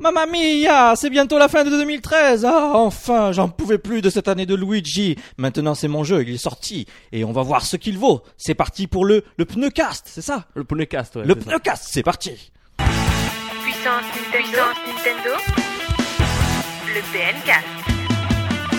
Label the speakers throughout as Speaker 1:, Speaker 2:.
Speaker 1: Mamma mia, ah, c'est bientôt la fin de 2013. Ah, enfin, j'en pouvais plus de cette année de Luigi. Maintenant, c'est mon jeu, il est sorti et on va voir ce qu'il vaut. C'est parti pour le le pneucast, c'est ça
Speaker 2: Le pneucast, ouais.
Speaker 1: Le
Speaker 2: c'est ça.
Speaker 1: pneucast, c'est parti.
Speaker 3: Puissance Nintendo. Nintendo. Le PNcast.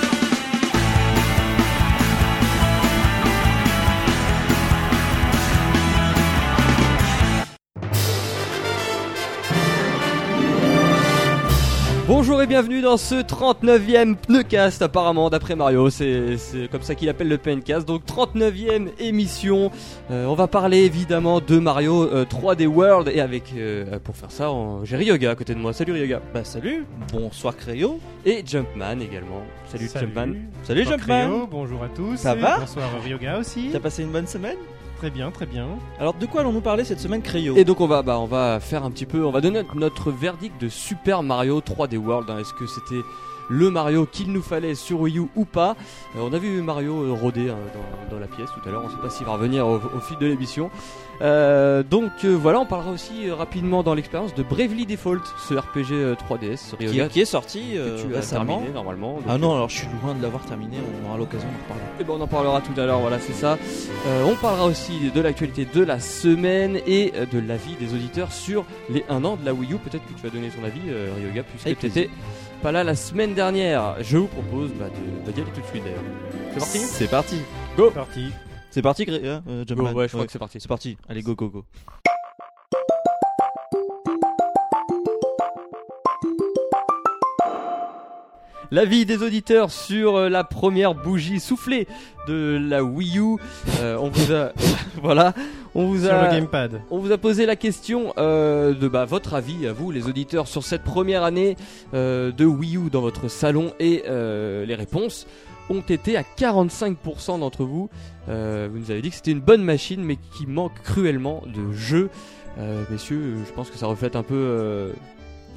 Speaker 2: Bonjour et bienvenue dans ce 39e Pneucast apparemment d'après Mario, c'est c'est comme ça qu'il appelle le PNcast. Donc 39e émission, Euh, on va parler évidemment de Mario euh, 3D World et avec euh, pour faire ça on- j'ai Ryoga à côté de moi, salut Ryoga
Speaker 1: Bah salut, bonsoir Créo.
Speaker 2: Et Jumpman également, salut, Jumpman
Speaker 1: Salut
Speaker 4: Bonsoir,
Speaker 1: Jumpman.
Speaker 4: Cléo, bonjour à tous.
Speaker 1: Ça
Speaker 4: Et
Speaker 1: va
Speaker 4: Bonsoir Ryoga aussi.
Speaker 1: T'as passé une bonne semaine
Speaker 4: Très bien, très bien.
Speaker 1: Alors de quoi allons-nous parler cette semaine Créo
Speaker 2: Et donc on va bah, on va faire un petit peu, on va donner notre- notre verdict de Super Mario 3D World. hein. Est-ce que c'était le Mario qu'il nous fallait sur Wii U ou pas Euh, On a vu Mario euh, rôder hein, dans, dans la pièce tout à l'heure. On sait pas s'il va revenir au, au fil de l'émission. Euh, donc euh, voilà, on parlera aussi euh, rapidement dans l'expérience de Bravely Default, ce RPG euh, 3DS.
Speaker 1: qui,
Speaker 2: Ryoga,
Speaker 1: est- qui est sorti
Speaker 2: que
Speaker 1: euh,
Speaker 2: tu as
Speaker 1: récemment.
Speaker 2: terminé normalement. Donc,
Speaker 1: Ah non, alors je suis loin de l'avoir terminé, on aura l'occasion d'en reparler.
Speaker 2: eh ben, on en parlera tout à l'heure, voilà, c'est ça. Euh, on parlera aussi de l'actualité de la semaine et euh, de l'avis des auditeurs sur les 1 an de la Wii U. Peut-être que tu vas donner ton avis, euh, Ryoga,
Speaker 1: Avec
Speaker 2: puisque tu
Speaker 1: plaisir.
Speaker 2: n'étais pas là la semaine dernière. Je vous propose bah, de- bah, d'y aller tout de suite d'ailleurs. C'est parti
Speaker 1: C'est parti.
Speaker 4: Parti.
Speaker 1: C'est parti Cré- hein, euh, Jumpman.
Speaker 2: Bon, bah, ouais, je crois
Speaker 1: Ouais.
Speaker 2: que c'est parti.
Speaker 1: C'est parti, allez go go go.
Speaker 2: L'avis des auditeurs sur euh, la première bougie soufflée de la Wii U. Euh, on vous a. voilà. On vous a.
Speaker 4: Sur le gamepad.
Speaker 2: On vous a posé la question euh, de bah, votre avis à vous, les auditeurs, sur cette première année euh, de Wii U dans votre salon et euh, les réponses ont été à 45% d'entre vous. Euh, vous nous avez dit que c'était une bonne machine, mais qui manque cruellement de jeux. Euh, messieurs, je pense que ça reflète un peu euh,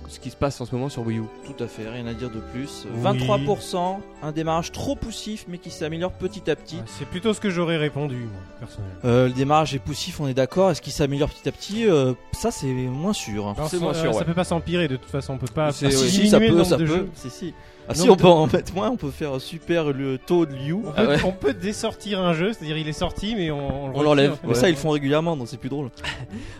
Speaker 2: ce qui se passe en ce moment sur Wii U.
Speaker 1: Tout à fait, rien à dire de plus.
Speaker 4: Oui.
Speaker 1: 23%, un démarrage trop poussif mais qui s'améliore petit à petit.
Speaker 4: Ah, C'est plutôt ce que j'aurais répondu, moi, personnellement.
Speaker 1: Euh, le démarrage est poussif, on est d'accord. Est-ce qu'il s'améliore petit à petit Euh, Ça, c'est moins sûr. hein.
Speaker 4: Alors,
Speaker 2: C'est
Speaker 4: ça- euh,
Speaker 2: moins sûr,
Speaker 4: ça
Speaker 2: ouais.
Speaker 4: peut pas s'empirer, de toute façon, on peut pas
Speaker 2: C'est-
Speaker 1: Ah,
Speaker 2: oui.
Speaker 1: si,
Speaker 4: diminuer
Speaker 1: ça
Speaker 4: le
Speaker 1: peut,
Speaker 4: nombre
Speaker 1: ça
Speaker 4: de
Speaker 1: peut.
Speaker 4: jeux.
Speaker 1: Si, si. Ah,
Speaker 4: Nombre
Speaker 1: si, on
Speaker 4: de-
Speaker 1: peut en mettre moins, on peut faire un super le taux de Liu.
Speaker 4: On
Speaker 2: Ah
Speaker 4: peut,
Speaker 2: ouais.
Speaker 4: on peut dessortir un jeu, c'est-à-dire il est sorti, mais on, on le
Speaker 2: On l'enlève.
Speaker 4: retire.
Speaker 1: Mais ça, ils le font régulièrement, donc c'est plus drôle.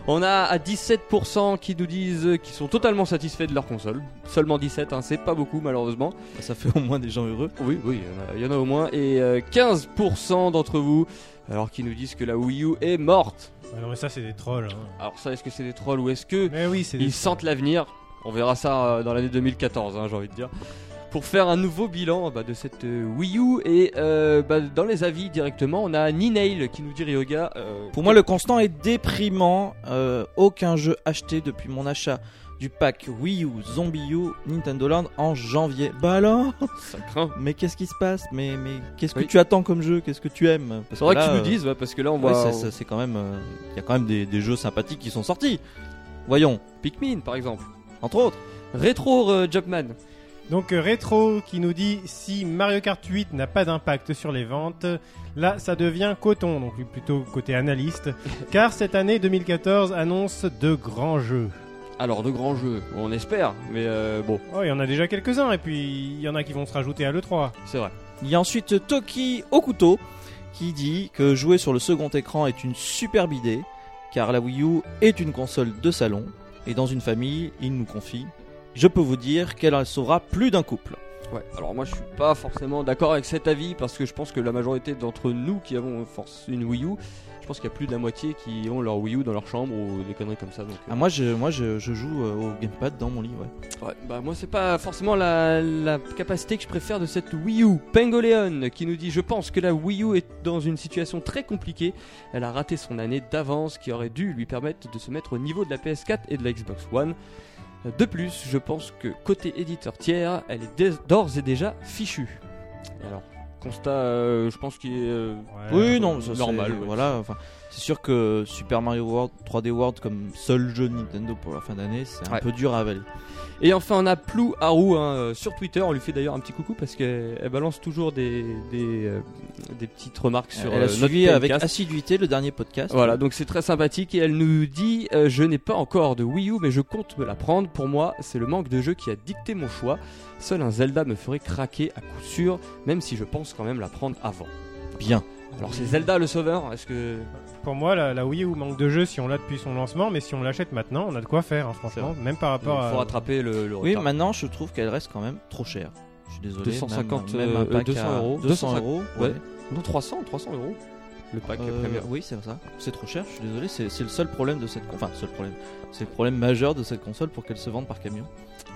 Speaker 2: On a à 17% qui nous disent euh, qu'ils sont totalement satisfaits de leur console. Seulement 17, hein, c'est pas beaucoup malheureusement.
Speaker 1: Ah, Ça fait au moins des gens heureux.
Speaker 2: Oui, oui, il y en a- il y, en a au moins. Et euh, 15% d'entre vous, alors qui nous disent que la Wii U est morte.
Speaker 4: Ah non, mais ça, c'est des trolls. hein.
Speaker 2: Alors ça, est-ce que c'est des trolls ou est-ce que
Speaker 4: Mais oui, c'est des
Speaker 2: ils sentent l'avenir On verra ça euh, dans l'année 2014, hein, j'ai envie de dire. Pour faire un nouveau bilan bah, de cette euh, Wii U et euh, bah, dans les avis directement, on a Ninail qui nous dit Ryoga. euh,
Speaker 1: Pour moi, le constant est déprimant. Euh, aucun jeu acheté depuis mon achat du pack Wii U, Zombie U, Nintendo Land en janvier. Bah alors
Speaker 2: ça craint.
Speaker 1: Mais qu'est-ce qui se passe Mais, mais qu'est-ce que
Speaker 2: Oui.
Speaker 1: tu attends comme jeu Qu'est-ce que tu aimes Parce
Speaker 2: Faudrait que
Speaker 1: là,
Speaker 2: tu nous
Speaker 1: euh,
Speaker 2: dises, ouais, parce que là on
Speaker 1: ouais,
Speaker 2: voit
Speaker 1: ça-
Speaker 2: on-
Speaker 1: ça, c'est quand même. euh, Il y a quand même des, des jeux sympathiques qui sont sortis. Voyons,
Speaker 2: Pikmin par exemple.
Speaker 1: entre autres.
Speaker 2: Rétro euh, Jumpman.
Speaker 4: Donc euh, Retro qui nous dit si Mario Kart 8 n'a pas d'impact sur les ventes, là ça devient coton, donc lui, plutôt côté analyste, car cette année 2014 annonce de grands jeux.
Speaker 2: Alors de grands jeux, on espère, mais euh, bon,
Speaker 4: Oh, il y en a déjà quelques-uns, et puis il y en a qui vont se rajouter à l'E3.
Speaker 2: c'est vrai.
Speaker 1: Il y a ensuite Toki Okuto qui dit que jouer sur le second écran est une superbe idée car la Wii U est une console de salon et dans une famille, il nous confie Je peux vous dire qu'elle en saura plus d'un couple.
Speaker 2: Ouais, alors moi je suis pas forcément d'accord avec cet avis parce que je pense que la majorité d'entre nous qui avons force- une Wii U, je pense qu'il y a plus de la moitié qui ont leur Wii U dans leur chambre ou des conneries comme ça. Donc, euh,
Speaker 1: Ah, moi, je, moi je, je joue euh, au gamepad dans mon lit, ouais.
Speaker 2: ouais, bah moi c'est pas forcément la, la capacité que je préfère de cette Wii U. Pengoleon qui nous dit je pense que la Wii U est dans une situation très compliquée. Elle a raté son année d'avance qui aurait dû lui permettre de se mettre au niveau de la PS4 et de la Xbox One. De plus, je pense que côté éditeur tiers, elle est dès- d'ores et déjà fichue. Et alors, constat, euh, je pense qu'il est euh,
Speaker 4: Ouais.
Speaker 1: oui, non, ça, c'est-
Speaker 2: normal, ouais.
Speaker 1: Voilà, enfin, c'est C'est sûr que Super Mario World 3D World comme seul jeu de Nintendo pour la fin d'année, c'est un
Speaker 2: Ouais.
Speaker 1: peu dur à avaler.
Speaker 2: Et enfin, on a Plou Haru hein, euh, sur Twitter. On lui fait d'ailleurs un petit coucou parce qu'elle elle balance toujours des, des, euh, des petites remarques sur
Speaker 1: Elle
Speaker 2: euh,
Speaker 1: a
Speaker 2: notre
Speaker 1: suivi avec
Speaker 2: podcast.
Speaker 1: assiduité le dernier podcast.
Speaker 2: Voilà, donc c'est très sympathique. Et elle nous dit euh, Je n'ai pas encore de Wii U, mais je compte me la prendre. Pour moi, c'est le manque de jeu qui a dicté mon choix. Seul un Zelda me ferait craquer à coup sûr, même si je pense quand même la prendre avant.
Speaker 1: Bien.
Speaker 2: Alors, c'est Zelda le sauveur Est-ce que.
Speaker 4: Pour moi, la, la Wii U manque de jeu si on l'a depuis son lancement, mais si on l'achète maintenant, on a de quoi faire, hein, franchement. Même par
Speaker 2: Il euh, faut
Speaker 4: rapport à. euh,
Speaker 2: rattraper le, le
Speaker 1: Oui,
Speaker 2: retard.
Speaker 1: maintenant je trouve qu'elle reste quand même trop chère. Je suis désolé.
Speaker 2: 250,
Speaker 1: même, même
Speaker 2: euh,
Speaker 1: un pack
Speaker 2: 200
Speaker 1: à
Speaker 2: euros.
Speaker 1: 200 euros.
Speaker 2: Ouais. Non, 300, 300 euros le pack
Speaker 1: Euh,
Speaker 2: premium.
Speaker 1: oui, c'est ça. C'est trop cher. Je suis désolé. C'est c'est le seul problème de cette con- enfin seul problème. C'est le problème majeur de cette console pour qu'elle se vende par camion.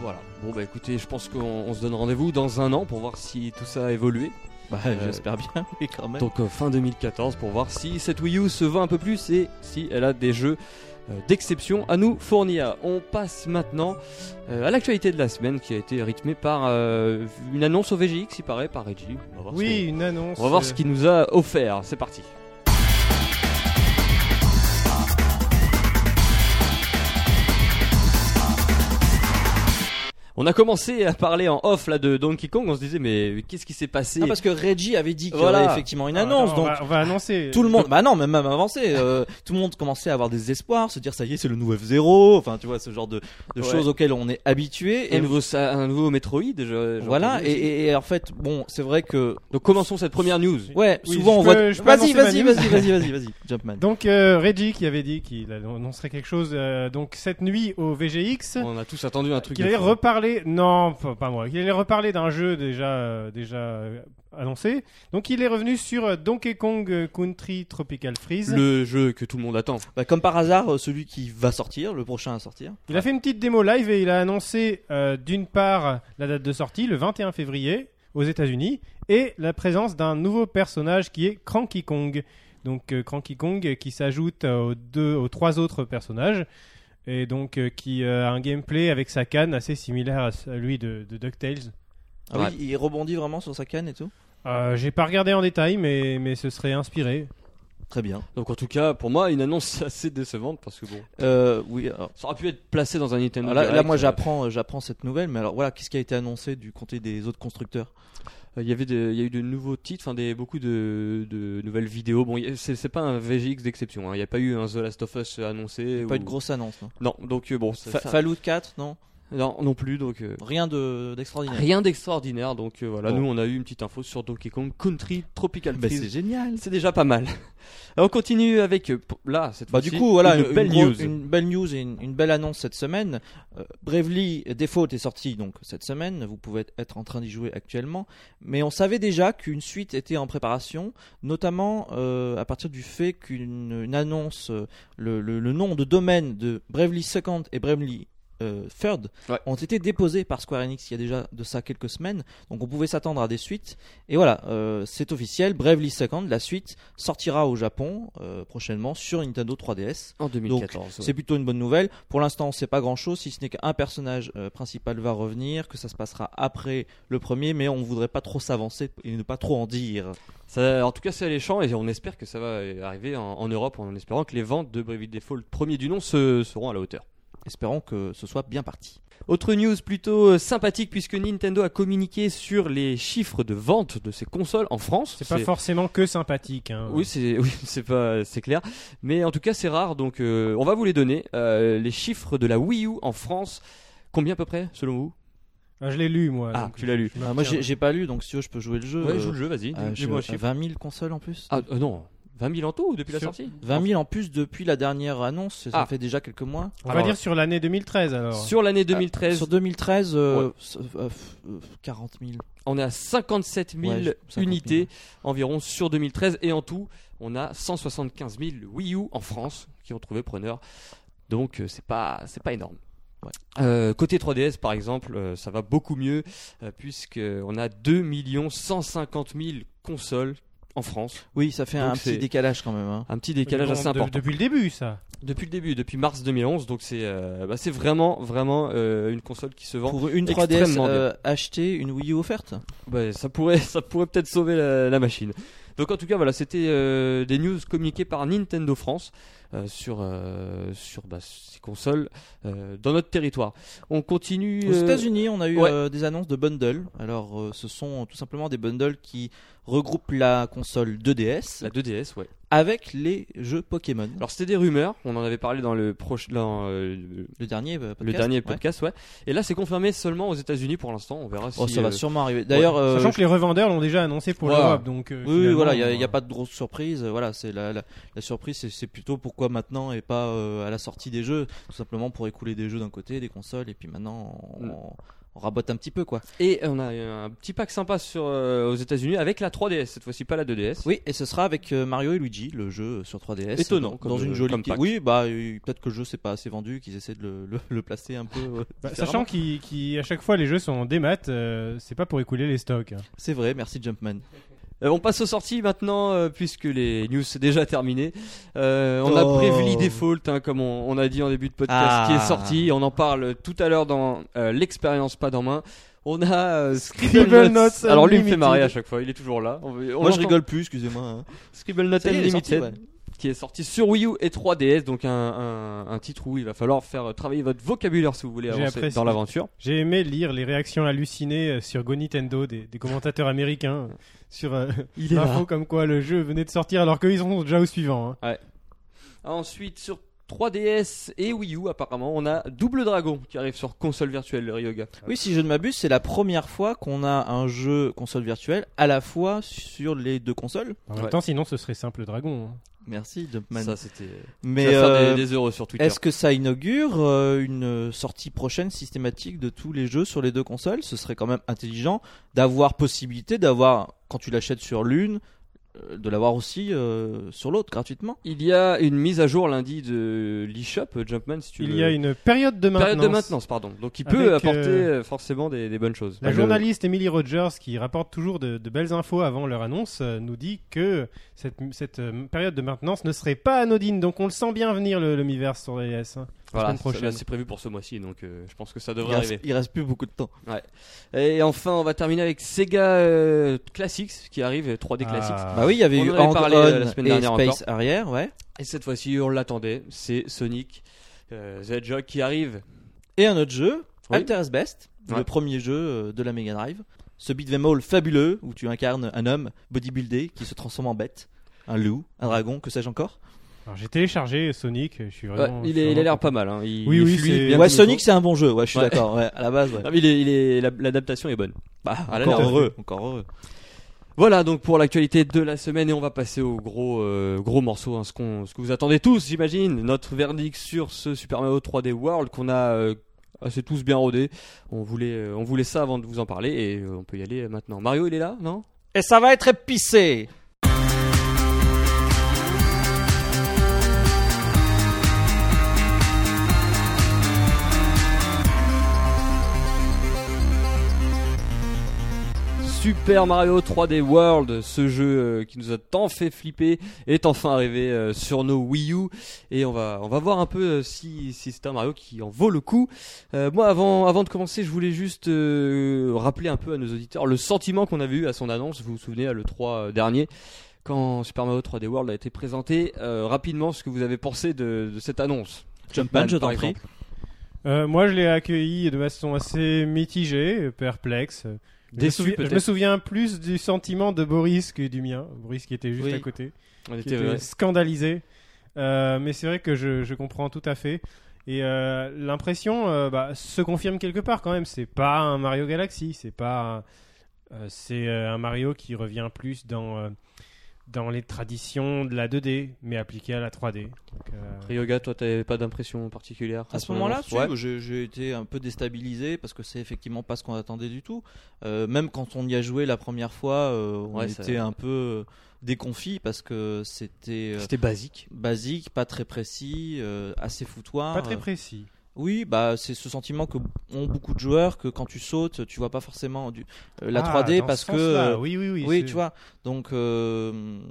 Speaker 2: Voilà. Bon bah écoutez, je pense qu'on on se donne rendez-vous dans un an pour voir si tout ça a évolué.
Speaker 1: Bah,
Speaker 2: Euh,
Speaker 1: j'espère bien. Mais quand même. Ah,
Speaker 2: Donc euh, fin 2014 pour voir si cette Wii U se vend un peu plus et si elle a des jeux euh, d'exception à nous fournir. On passe maintenant euh, à l'actualité de la semaine qui a été rythmée par euh, une annonce au VGX, il paraît, par Reggie. On va voir ce
Speaker 4: Oui,
Speaker 2: que-
Speaker 4: une annonce. euh,
Speaker 2: on va voir ce qu'il nous a offert. C'est parti. On a commencé à parler en off là de Donkey Kong. On se disait mais qu'est-ce qui s'est passé
Speaker 1: Ah, parce que Reggie avait dit qu'il
Speaker 2: Voilà.
Speaker 1: y aurait effectivement une
Speaker 4: Ah,
Speaker 1: annonce.
Speaker 4: attends,
Speaker 1: donc
Speaker 4: On va, on va annoncer.
Speaker 1: tout le monde, bah non, même même avancé, euh, tout le monde commençait à avoir des espoirs, se dire ça y est, c'est le nouveau F0, enfin tu vois ce genre de, de
Speaker 2: Ouais.
Speaker 1: choses auxquelles on est habitué.
Speaker 2: un
Speaker 1: Et
Speaker 2: nouveau, sa- un nouveau Metroid. je- j'ai
Speaker 1: voilà,
Speaker 2: entendu
Speaker 1: et,
Speaker 2: aussi.
Speaker 1: et- et en fait, bon, c'est vrai que
Speaker 2: donc commençons cette première news.
Speaker 1: ouais,
Speaker 4: Oui,
Speaker 1: souvent
Speaker 4: je
Speaker 1: on
Speaker 4: peux-
Speaker 1: voit.
Speaker 4: je peux
Speaker 1: Vas-y,
Speaker 4: annoncer ma
Speaker 1: vas-y,
Speaker 4: news
Speaker 1: vas-y, vas-y, vas-y, vas-y, Jumpman.
Speaker 4: Donc, euh, Reggie qui avait dit qu'il annoncerait quelque chose euh, donc cette nuit au VGX.
Speaker 2: On a tous attendu un truc.
Speaker 4: Qu'il
Speaker 2: de
Speaker 4: allait
Speaker 2: fou. hein.
Speaker 4: reparler, non, pas pas moi, qu'il allait reparler d'un jeu déjà, euh, déjà euh, annoncé. Donc il est revenu sur euh, Donkey Kong Country Tropical Freeze.
Speaker 2: le jeu que tout le monde attend.
Speaker 1: Bah, comme par hasard, euh, celui qui va sortir, le prochain à sortir.
Speaker 4: Il a fait une petite démo live et il a annoncé euh, d'une part la date de sortie, le 21 février, aux États-Unis, et la présence d'un nouveau personnage qui est Cranky Kong. Donc euh, Cranky Kong euh, qui s'ajoute euh, aux, deux, aux trois autres personnages, et donc euh, qui euh, a un gameplay avec sa canne assez similaire à celui de, de DuckTales.
Speaker 1: Ah
Speaker 2: Ouais.
Speaker 1: oui, il rebondit vraiment sur sa canne et tout.
Speaker 4: Euh, J'ai pas regardé en détail, mais, mais ce serait inspiré.
Speaker 1: Très bien.
Speaker 2: Donc en tout cas, pour moi, une annonce assez décevante parce que bon,
Speaker 1: Euh, oui. alors,
Speaker 2: ça aurait pu être placé dans un Nintendo.
Speaker 1: là, là,
Speaker 2: Direct.
Speaker 1: moi, j'apprends, euh, j'apprends cette nouvelle. Mais alors, voilà, qu'est-ce qui a été annoncé du côté des autres constructeurs
Speaker 2: Euh, Il y avait des- il y a eu de nouveaux titres, enfin des beaucoup de, de nouvelles vidéos. Bon, il y a- c'est c'est pas un VGX d'exception. hein. Il n'y a pas eu un The Last of Us annoncé.
Speaker 1: Pas
Speaker 2: ou-
Speaker 1: une grosse annonce. Non.
Speaker 2: Non, donc euh, bon, ça-
Speaker 1: Fa-
Speaker 2: ça-
Speaker 1: Fallout 4, non,
Speaker 2: non, non plus. Donc euh,
Speaker 1: rien de d'extraordinaire.
Speaker 2: Ah, rien d'extraordinaire. Donc euh, voilà,
Speaker 1: Bon.
Speaker 2: nous on a eu une petite info sur Donkey Kong Country Tropical
Speaker 1: Bah,
Speaker 2: Freeze.
Speaker 1: c'est génial.
Speaker 2: c'est déjà pas mal. on continue avec euh, p- là cette
Speaker 1: Bah
Speaker 2: fois-ci,
Speaker 1: du coup voilà
Speaker 2: une, belle
Speaker 1: gros-
Speaker 2: news.
Speaker 1: une belle news et une, une belle annonce cette semaine. Euh, Bravely Default est sorti donc cette semaine, vous pouvez être en train d'y jouer actuellement, mais on savait déjà qu'une suite était en préparation, notamment euh, à partir du fait qu'une une annonce, euh, le, le- le nom de domaine de Bravely Second et Bravely euh, Third
Speaker 2: Ouais.
Speaker 1: ont été déposés par Square Enix il y a déjà de ça quelques semaines, donc on pouvait s'attendre à des suites. Et voilà, euh, c'est officiel, Bravely Second, la suite sortira au Japon euh, prochainement sur Nintendo 3DS.
Speaker 2: En 2014. ouais.
Speaker 1: C'est plutôt une bonne nouvelle. Pour l'instant, on sait pas grand-chose, si ce n'est qu'un personnage euh, principal va revenir, que ça se passera après le premier, mais on voudrait pas trop s'avancer et ne pas trop en dire.
Speaker 2: Ça- en tout cas, c'est alléchant et on espère que ça va euh, arriver en, en Europe en espérant que les ventes de Bravely Default premier du nom se- seront à la hauteur.
Speaker 1: Espérons que ce soit bien parti.
Speaker 2: Autre news plutôt euh, sympathique puisque Nintendo a communiqué sur les chiffres de vente de ses consoles en France.
Speaker 4: C'est pas forcément que sympathique. hein.
Speaker 2: Oui, c'est oui, c'est pas c'est clair, mais en tout cas c'est rare donc euh, on va vous les donner euh, les chiffres de la Wii U en France. Combien à peu près selon vous
Speaker 4: Ah, je l'ai lu moi.
Speaker 2: Ah,
Speaker 4: donc
Speaker 2: tu l'as lu.
Speaker 4: je me
Speaker 1: moi, j'ai
Speaker 4: retiens.
Speaker 1: j'ai pas lu, donc si tu veux, je peux jouer le jeu.
Speaker 2: Ouais,
Speaker 1: euh,
Speaker 2: joue le jeu, vas-y.
Speaker 1: euh,
Speaker 2: Dis-moi un
Speaker 1: je-
Speaker 2: chiffre.
Speaker 1: 20 000 consoles en plus
Speaker 2: Ah euh, non, 20 000 en tout ou depuis la
Speaker 4: Sur-
Speaker 2: sortie
Speaker 1: 20 000 en plus depuis la dernière annonce, ça
Speaker 2: Ah.
Speaker 1: fait déjà quelques mois.
Speaker 4: On va
Speaker 2: Alors-
Speaker 4: dire sur l'année 2013 alors.
Speaker 2: Sur l'année 2013,
Speaker 1: Sur 2013, euh, s- euh, f- euh, 40 000.
Speaker 2: On est à 57 000
Speaker 1: Ouais, je- 50 000.
Speaker 2: unités environ sur 2013 et en tout, on a 175 000 Wii U en France qui ont trouvé preneur. Donc euh, c'est pas c'est pas énorme.
Speaker 1: Ouais.
Speaker 2: Euh, côté 3DS par exemple, euh, ça va beaucoup mieux euh, puisque on a 2 150 000 consoles en France.
Speaker 1: Oui, ça fait
Speaker 2: Donc
Speaker 1: un
Speaker 2: c'est-
Speaker 1: petit décalage quand même. hein.
Speaker 2: Un petit décalage
Speaker 4: Bon,
Speaker 2: assez
Speaker 4: de-
Speaker 2: important.
Speaker 4: Depuis le début ça.
Speaker 2: Depuis le début, depuis mars 2011, donc c'est euh, bah, c'est vraiment vraiment euh, une console qui se vend.
Speaker 1: Pour une 3DS
Speaker 2: extrêmement bien.
Speaker 1: euh, achetée, une Wii U offerte
Speaker 2: Bah, Ouais, ça pourrait ça pourrait peut-être sauver la- la machine. Donc en tout cas, voilà, c'était euh, des news communiquées par Nintendo France euh, sur euh, sur bah, ces consoles euh, dans notre territoire. On continue.
Speaker 1: Aux
Speaker 2: euh,
Speaker 1: États-Unis, on a eu
Speaker 2: ouais.
Speaker 1: euh, des annonces de bundles. Alors, euh, ce sont tout simplement des bundles qui regroupent la console 2DS
Speaker 2: La 2DS, ouais.
Speaker 1: avec les jeux Pokémon.
Speaker 2: Alors c'était des rumeurs, on en avait parlé dans le proche, dans euh, le-
Speaker 1: le dernier euh, podcast.
Speaker 2: le dernier
Speaker 1: ouais.
Speaker 2: podcast, ouais. Et là, c'est confirmé seulement aux États-Unis pour l'instant. On verra si.
Speaker 1: Oh, ça
Speaker 2: euh,
Speaker 1: va sûrement arriver. D'ailleurs, euh,
Speaker 4: Sachant que les revendeurs l'ont déjà annoncé pour
Speaker 1: Voilà.
Speaker 4: l'Europe, donc. euh,
Speaker 1: Oui, oui,
Speaker 4: finalement,
Speaker 1: voilà, il n'y a,
Speaker 4: euh,
Speaker 1: y a pas de grosse surprise. euh, Voilà, c'est la, la, la surprise, c'est- c'est plutôt pourquoi maintenant et pas euh, à la sortie des jeux. Tout simplement pour écouler des jeux d'un côté, des consoles, et puis maintenant on,
Speaker 2: Mm.
Speaker 1: on rabote un petit peu, quoi.
Speaker 2: Et on a un petit pack sympa sur euh, aux États-Unis avec la 3DS cette fois-ci, pas la 2DS.
Speaker 1: Oui, et ce sera avec euh, Mario et Luigi, le jeu euh, sur 3DS.
Speaker 2: Étonnant,
Speaker 1: dans,
Speaker 2: comme,
Speaker 1: dans
Speaker 2: euh,
Speaker 1: une jolie.
Speaker 2: comme
Speaker 1: petite-
Speaker 2: pack.
Speaker 1: Oui, bah euh, peut-être que le jeu s'est pas assez vendu, qu'ils essaient de le, le- le placer un peu. euh,
Speaker 4: bah,
Speaker 1: différemment.
Speaker 4: sachant qu'à chaque fois les jeux sont en démat, euh, c'est pas pour écouler les stocks.
Speaker 1: c'est vrai, merci Jumpman.
Speaker 2: Euh, on passe aux sorties maintenant euh, puisque les news c'est déjà terminé. Euh, on a
Speaker 1: Oh.
Speaker 2: Bravely Default, hein, comme on, on a dit en début de podcast,
Speaker 1: Ah.
Speaker 2: qui est sorti. On en parle tout à l'heure dans euh, l'expérience pas dans main. On a euh, Scribble,
Speaker 4: Scribble
Speaker 2: Notes.
Speaker 4: Notes
Speaker 2: Alors lui il me fait
Speaker 4: Unlimited.
Speaker 2: marrer à chaque fois. Il est toujours là. On- on
Speaker 1: Moi je
Speaker 2: l'entend.
Speaker 1: rigole plus, excusez-moi. hein.
Speaker 2: Scribble Notes
Speaker 1: Ça y est, il est
Speaker 2: Unlimited.
Speaker 1: sorti,
Speaker 2: qui est sorti sur Wii U et 3DS, donc un, un- un titre où il va falloir faire euh, travailler votre vocabulaire si vous voulez
Speaker 4: J'ai
Speaker 2: avancer
Speaker 4: apprécié.
Speaker 2: dans l'aventure.
Speaker 4: J'ai aimé lire les réactions hallucinées euh, sur Go Nintendo des, des commentateurs américains euh, sur euh,
Speaker 2: Il
Speaker 4: l'info comme quoi le jeu venait de sortir alors qu'ils sont déjà au suivant. hein.
Speaker 2: Ah, Ensuite, sur 3DS et Wii U, apparemment, on a Double Dragon qui arrive sur console virtuelle, le Ryoga.
Speaker 1: Oui, si je ne m'abuse, c'est la première fois qu'on a un jeu console virtuelle à la fois sur les deux consoles.
Speaker 4: En
Speaker 2: Ouais.
Speaker 4: même temps, sinon ce serait simple dragon. hein.
Speaker 1: Merci Jumpman.
Speaker 2: Ça, c'était. Tu vas
Speaker 1: Mais
Speaker 2: faire
Speaker 1: euh,
Speaker 2: des, des heureux sur Twitter.
Speaker 1: est-ce que ça inaugure euh, une sortie prochaine systématique de tous les jeux sur les deux consoles Ce serait quand même intelligent d'avoir possibilité d'avoir, quand tu l'achètes sur l'une, euh, de l'avoir aussi euh, sur l'autre gratuitement.
Speaker 2: Il y a une mise à jour lundi de l'eShop euh, Jumpman, si tu
Speaker 4: Il
Speaker 2: veux.
Speaker 4: y a une période de maintenance.
Speaker 2: période de maintenance, pardon. Donc, il peut
Speaker 4: Avec,
Speaker 2: apporter
Speaker 4: euh,
Speaker 2: euh, forcément des, des bonnes choses.
Speaker 4: La
Speaker 2: Enfin, je-
Speaker 4: journaliste Emily Rogers, qui rapporte toujours de, de belles infos avant leur annonce, euh, nous dit que cette, cette, euh, période de maintenance ne serait pas anodine. Donc on le sent bien venir le, le Miiverse sur les DS. hein.
Speaker 2: Voilà,
Speaker 4: semaine prochaine.
Speaker 2: ça, là, c'est prévu pour ce mois-ci, donc euh, je pense que ça
Speaker 1: Il
Speaker 2: devrait
Speaker 1: reste,
Speaker 2: arriver.
Speaker 1: il reste plus beaucoup de temps.
Speaker 2: Et enfin, on va terminer avec Sega euh, Classics qui arrive, 3D Classics.
Speaker 4: Ah.
Speaker 1: Bah oui, il y avait
Speaker 2: On
Speaker 1: eu
Speaker 2: en avait
Speaker 1: Hang
Speaker 2: parlé,
Speaker 1: On
Speaker 2: euh, la semaine
Speaker 1: et
Speaker 2: dernière
Speaker 1: Space Arrière, ouais.
Speaker 2: Et cette fois-ci, on l'attendait, c'est Sonic euh, The Hedgehog qui arrive.
Speaker 1: Et un autre jeu,
Speaker 2: Oui.
Speaker 1: Alter's Best,
Speaker 2: Ouais.
Speaker 1: le premier jeu euh, de la Mega Drive. Ce beat'em all fabuleux où tu incarnes un homme bodybuildé qui se transforme en bête, un loup, un dragon, que sais-je encore.
Speaker 4: Alors j'ai téléchargé Sonic, je suis
Speaker 2: Ouais,
Speaker 4: vraiment. je
Speaker 2: il,
Speaker 4: suis
Speaker 2: est- il a
Speaker 4: vraiment
Speaker 2: l'air pas mal. hein. Il,
Speaker 4: Oui,
Speaker 2: il est
Speaker 4: oui,
Speaker 2: fluide,
Speaker 4: c'est-
Speaker 2: bien
Speaker 1: ouais,
Speaker 2: comme il
Speaker 1: Sonic
Speaker 2: faut.
Speaker 1: c'est un bon jeu, ouais, je suis
Speaker 2: Ouais.
Speaker 1: d'accord, ouais, à la base, ouais.
Speaker 2: Ah, mais il est- il est- la- l'adaptation est bonne.
Speaker 1: Bah,
Speaker 2: Ah, là,
Speaker 1: encore
Speaker 2: là.
Speaker 1: heureux, encore heureux.
Speaker 2: Voilà donc pour l'actualité de la semaine et on va passer au gros euh, gros morceau, hein, ce, qu'on- ce que vous attendez tous, j'imagine. Notre verdict sur ce Super Mario 3D World qu'on a euh, assez tous bien rodé. On voulait euh, on voulait ça avant de vous en parler et euh, on peut y aller euh, maintenant. Mario, il est là, non
Speaker 1: Et ça va être épicé
Speaker 2: Super Mario 3D World, ce jeu euh, qui nous a tant fait flipper, est enfin arrivé euh, sur nos Wii U et on va on va voir un peu euh, si si c'est un Mario qui en vaut le coup. Euh, moi avant avant de commencer, je voulais juste euh, rappeler un peu à nos auditeurs le sentiment qu'on avait eu à son annonce. Vous vous souvenez à le 3 dernier quand Super Mario 3D World a été présenté euh, rapidement, ce que vous avez pensé de, de cette annonce.
Speaker 4: Bah,
Speaker 1: Jumpman, je
Speaker 2: par
Speaker 1: t'en prie.
Speaker 2: exemple.
Speaker 4: Euh, moi, je l'ai accueilli de façon assez mitigée, euh, perplexe. Je me
Speaker 2: Déçu,
Speaker 4: souvi-
Speaker 2: peut-être.
Speaker 4: Je me souviens plus du sentiment de Boris que du mien. Boris qui était juste
Speaker 1: Oui.
Speaker 4: à côté,
Speaker 2: On
Speaker 4: qui
Speaker 2: était,
Speaker 4: était
Speaker 2: euh,
Speaker 4: scandalisé. Euh, mais c'est vrai que je, je comprends tout à fait. Et euh, l'impression euh, bah, se confirme quelque part quand même. C'est pas un Mario Galaxy, c'est pas. un- euh, c'est euh, un Mario qui revient plus dans, euh, dans les traditions de la 2D, mais appliqué à la 3D. Donc, euh,
Speaker 2: Ryoga, toi, t'avais pas d'impression particulière
Speaker 1: À ce
Speaker 2: son
Speaker 1: moment-là,
Speaker 2: annonce
Speaker 1: tu-
Speaker 2: Ouais.
Speaker 1: j'ai j'ai été un peu déstabilisé parce que c'est effectivement pas ce qu'on attendait du tout. Euh, même quand on y a joué la première fois, euh, on
Speaker 2: Ouais, ça-
Speaker 1: était un peu euh, déconfit parce que c'était euh,
Speaker 2: C'était basique.
Speaker 1: basique, pas très précis, euh, assez foutoir.
Speaker 4: pas très
Speaker 1: Euh,
Speaker 4: précis.
Speaker 1: Oui, bah c'est ce sentiment que ont beaucoup de joueurs que quand tu sautes, tu vois pas forcément du, euh, la
Speaker 4: Ah,
Speaker 1: 3D
Speaker 4: dans
Speaker 1: parce
Speaker 4: ce
Speaker 1: que
Speaker 4: sens-là,
Speaker 1: euh,
Speaker 4: oui oui oui
Speaker 1: oui,
Speaker 4: c'est-
Speaker 1: tu vois. Donc euh,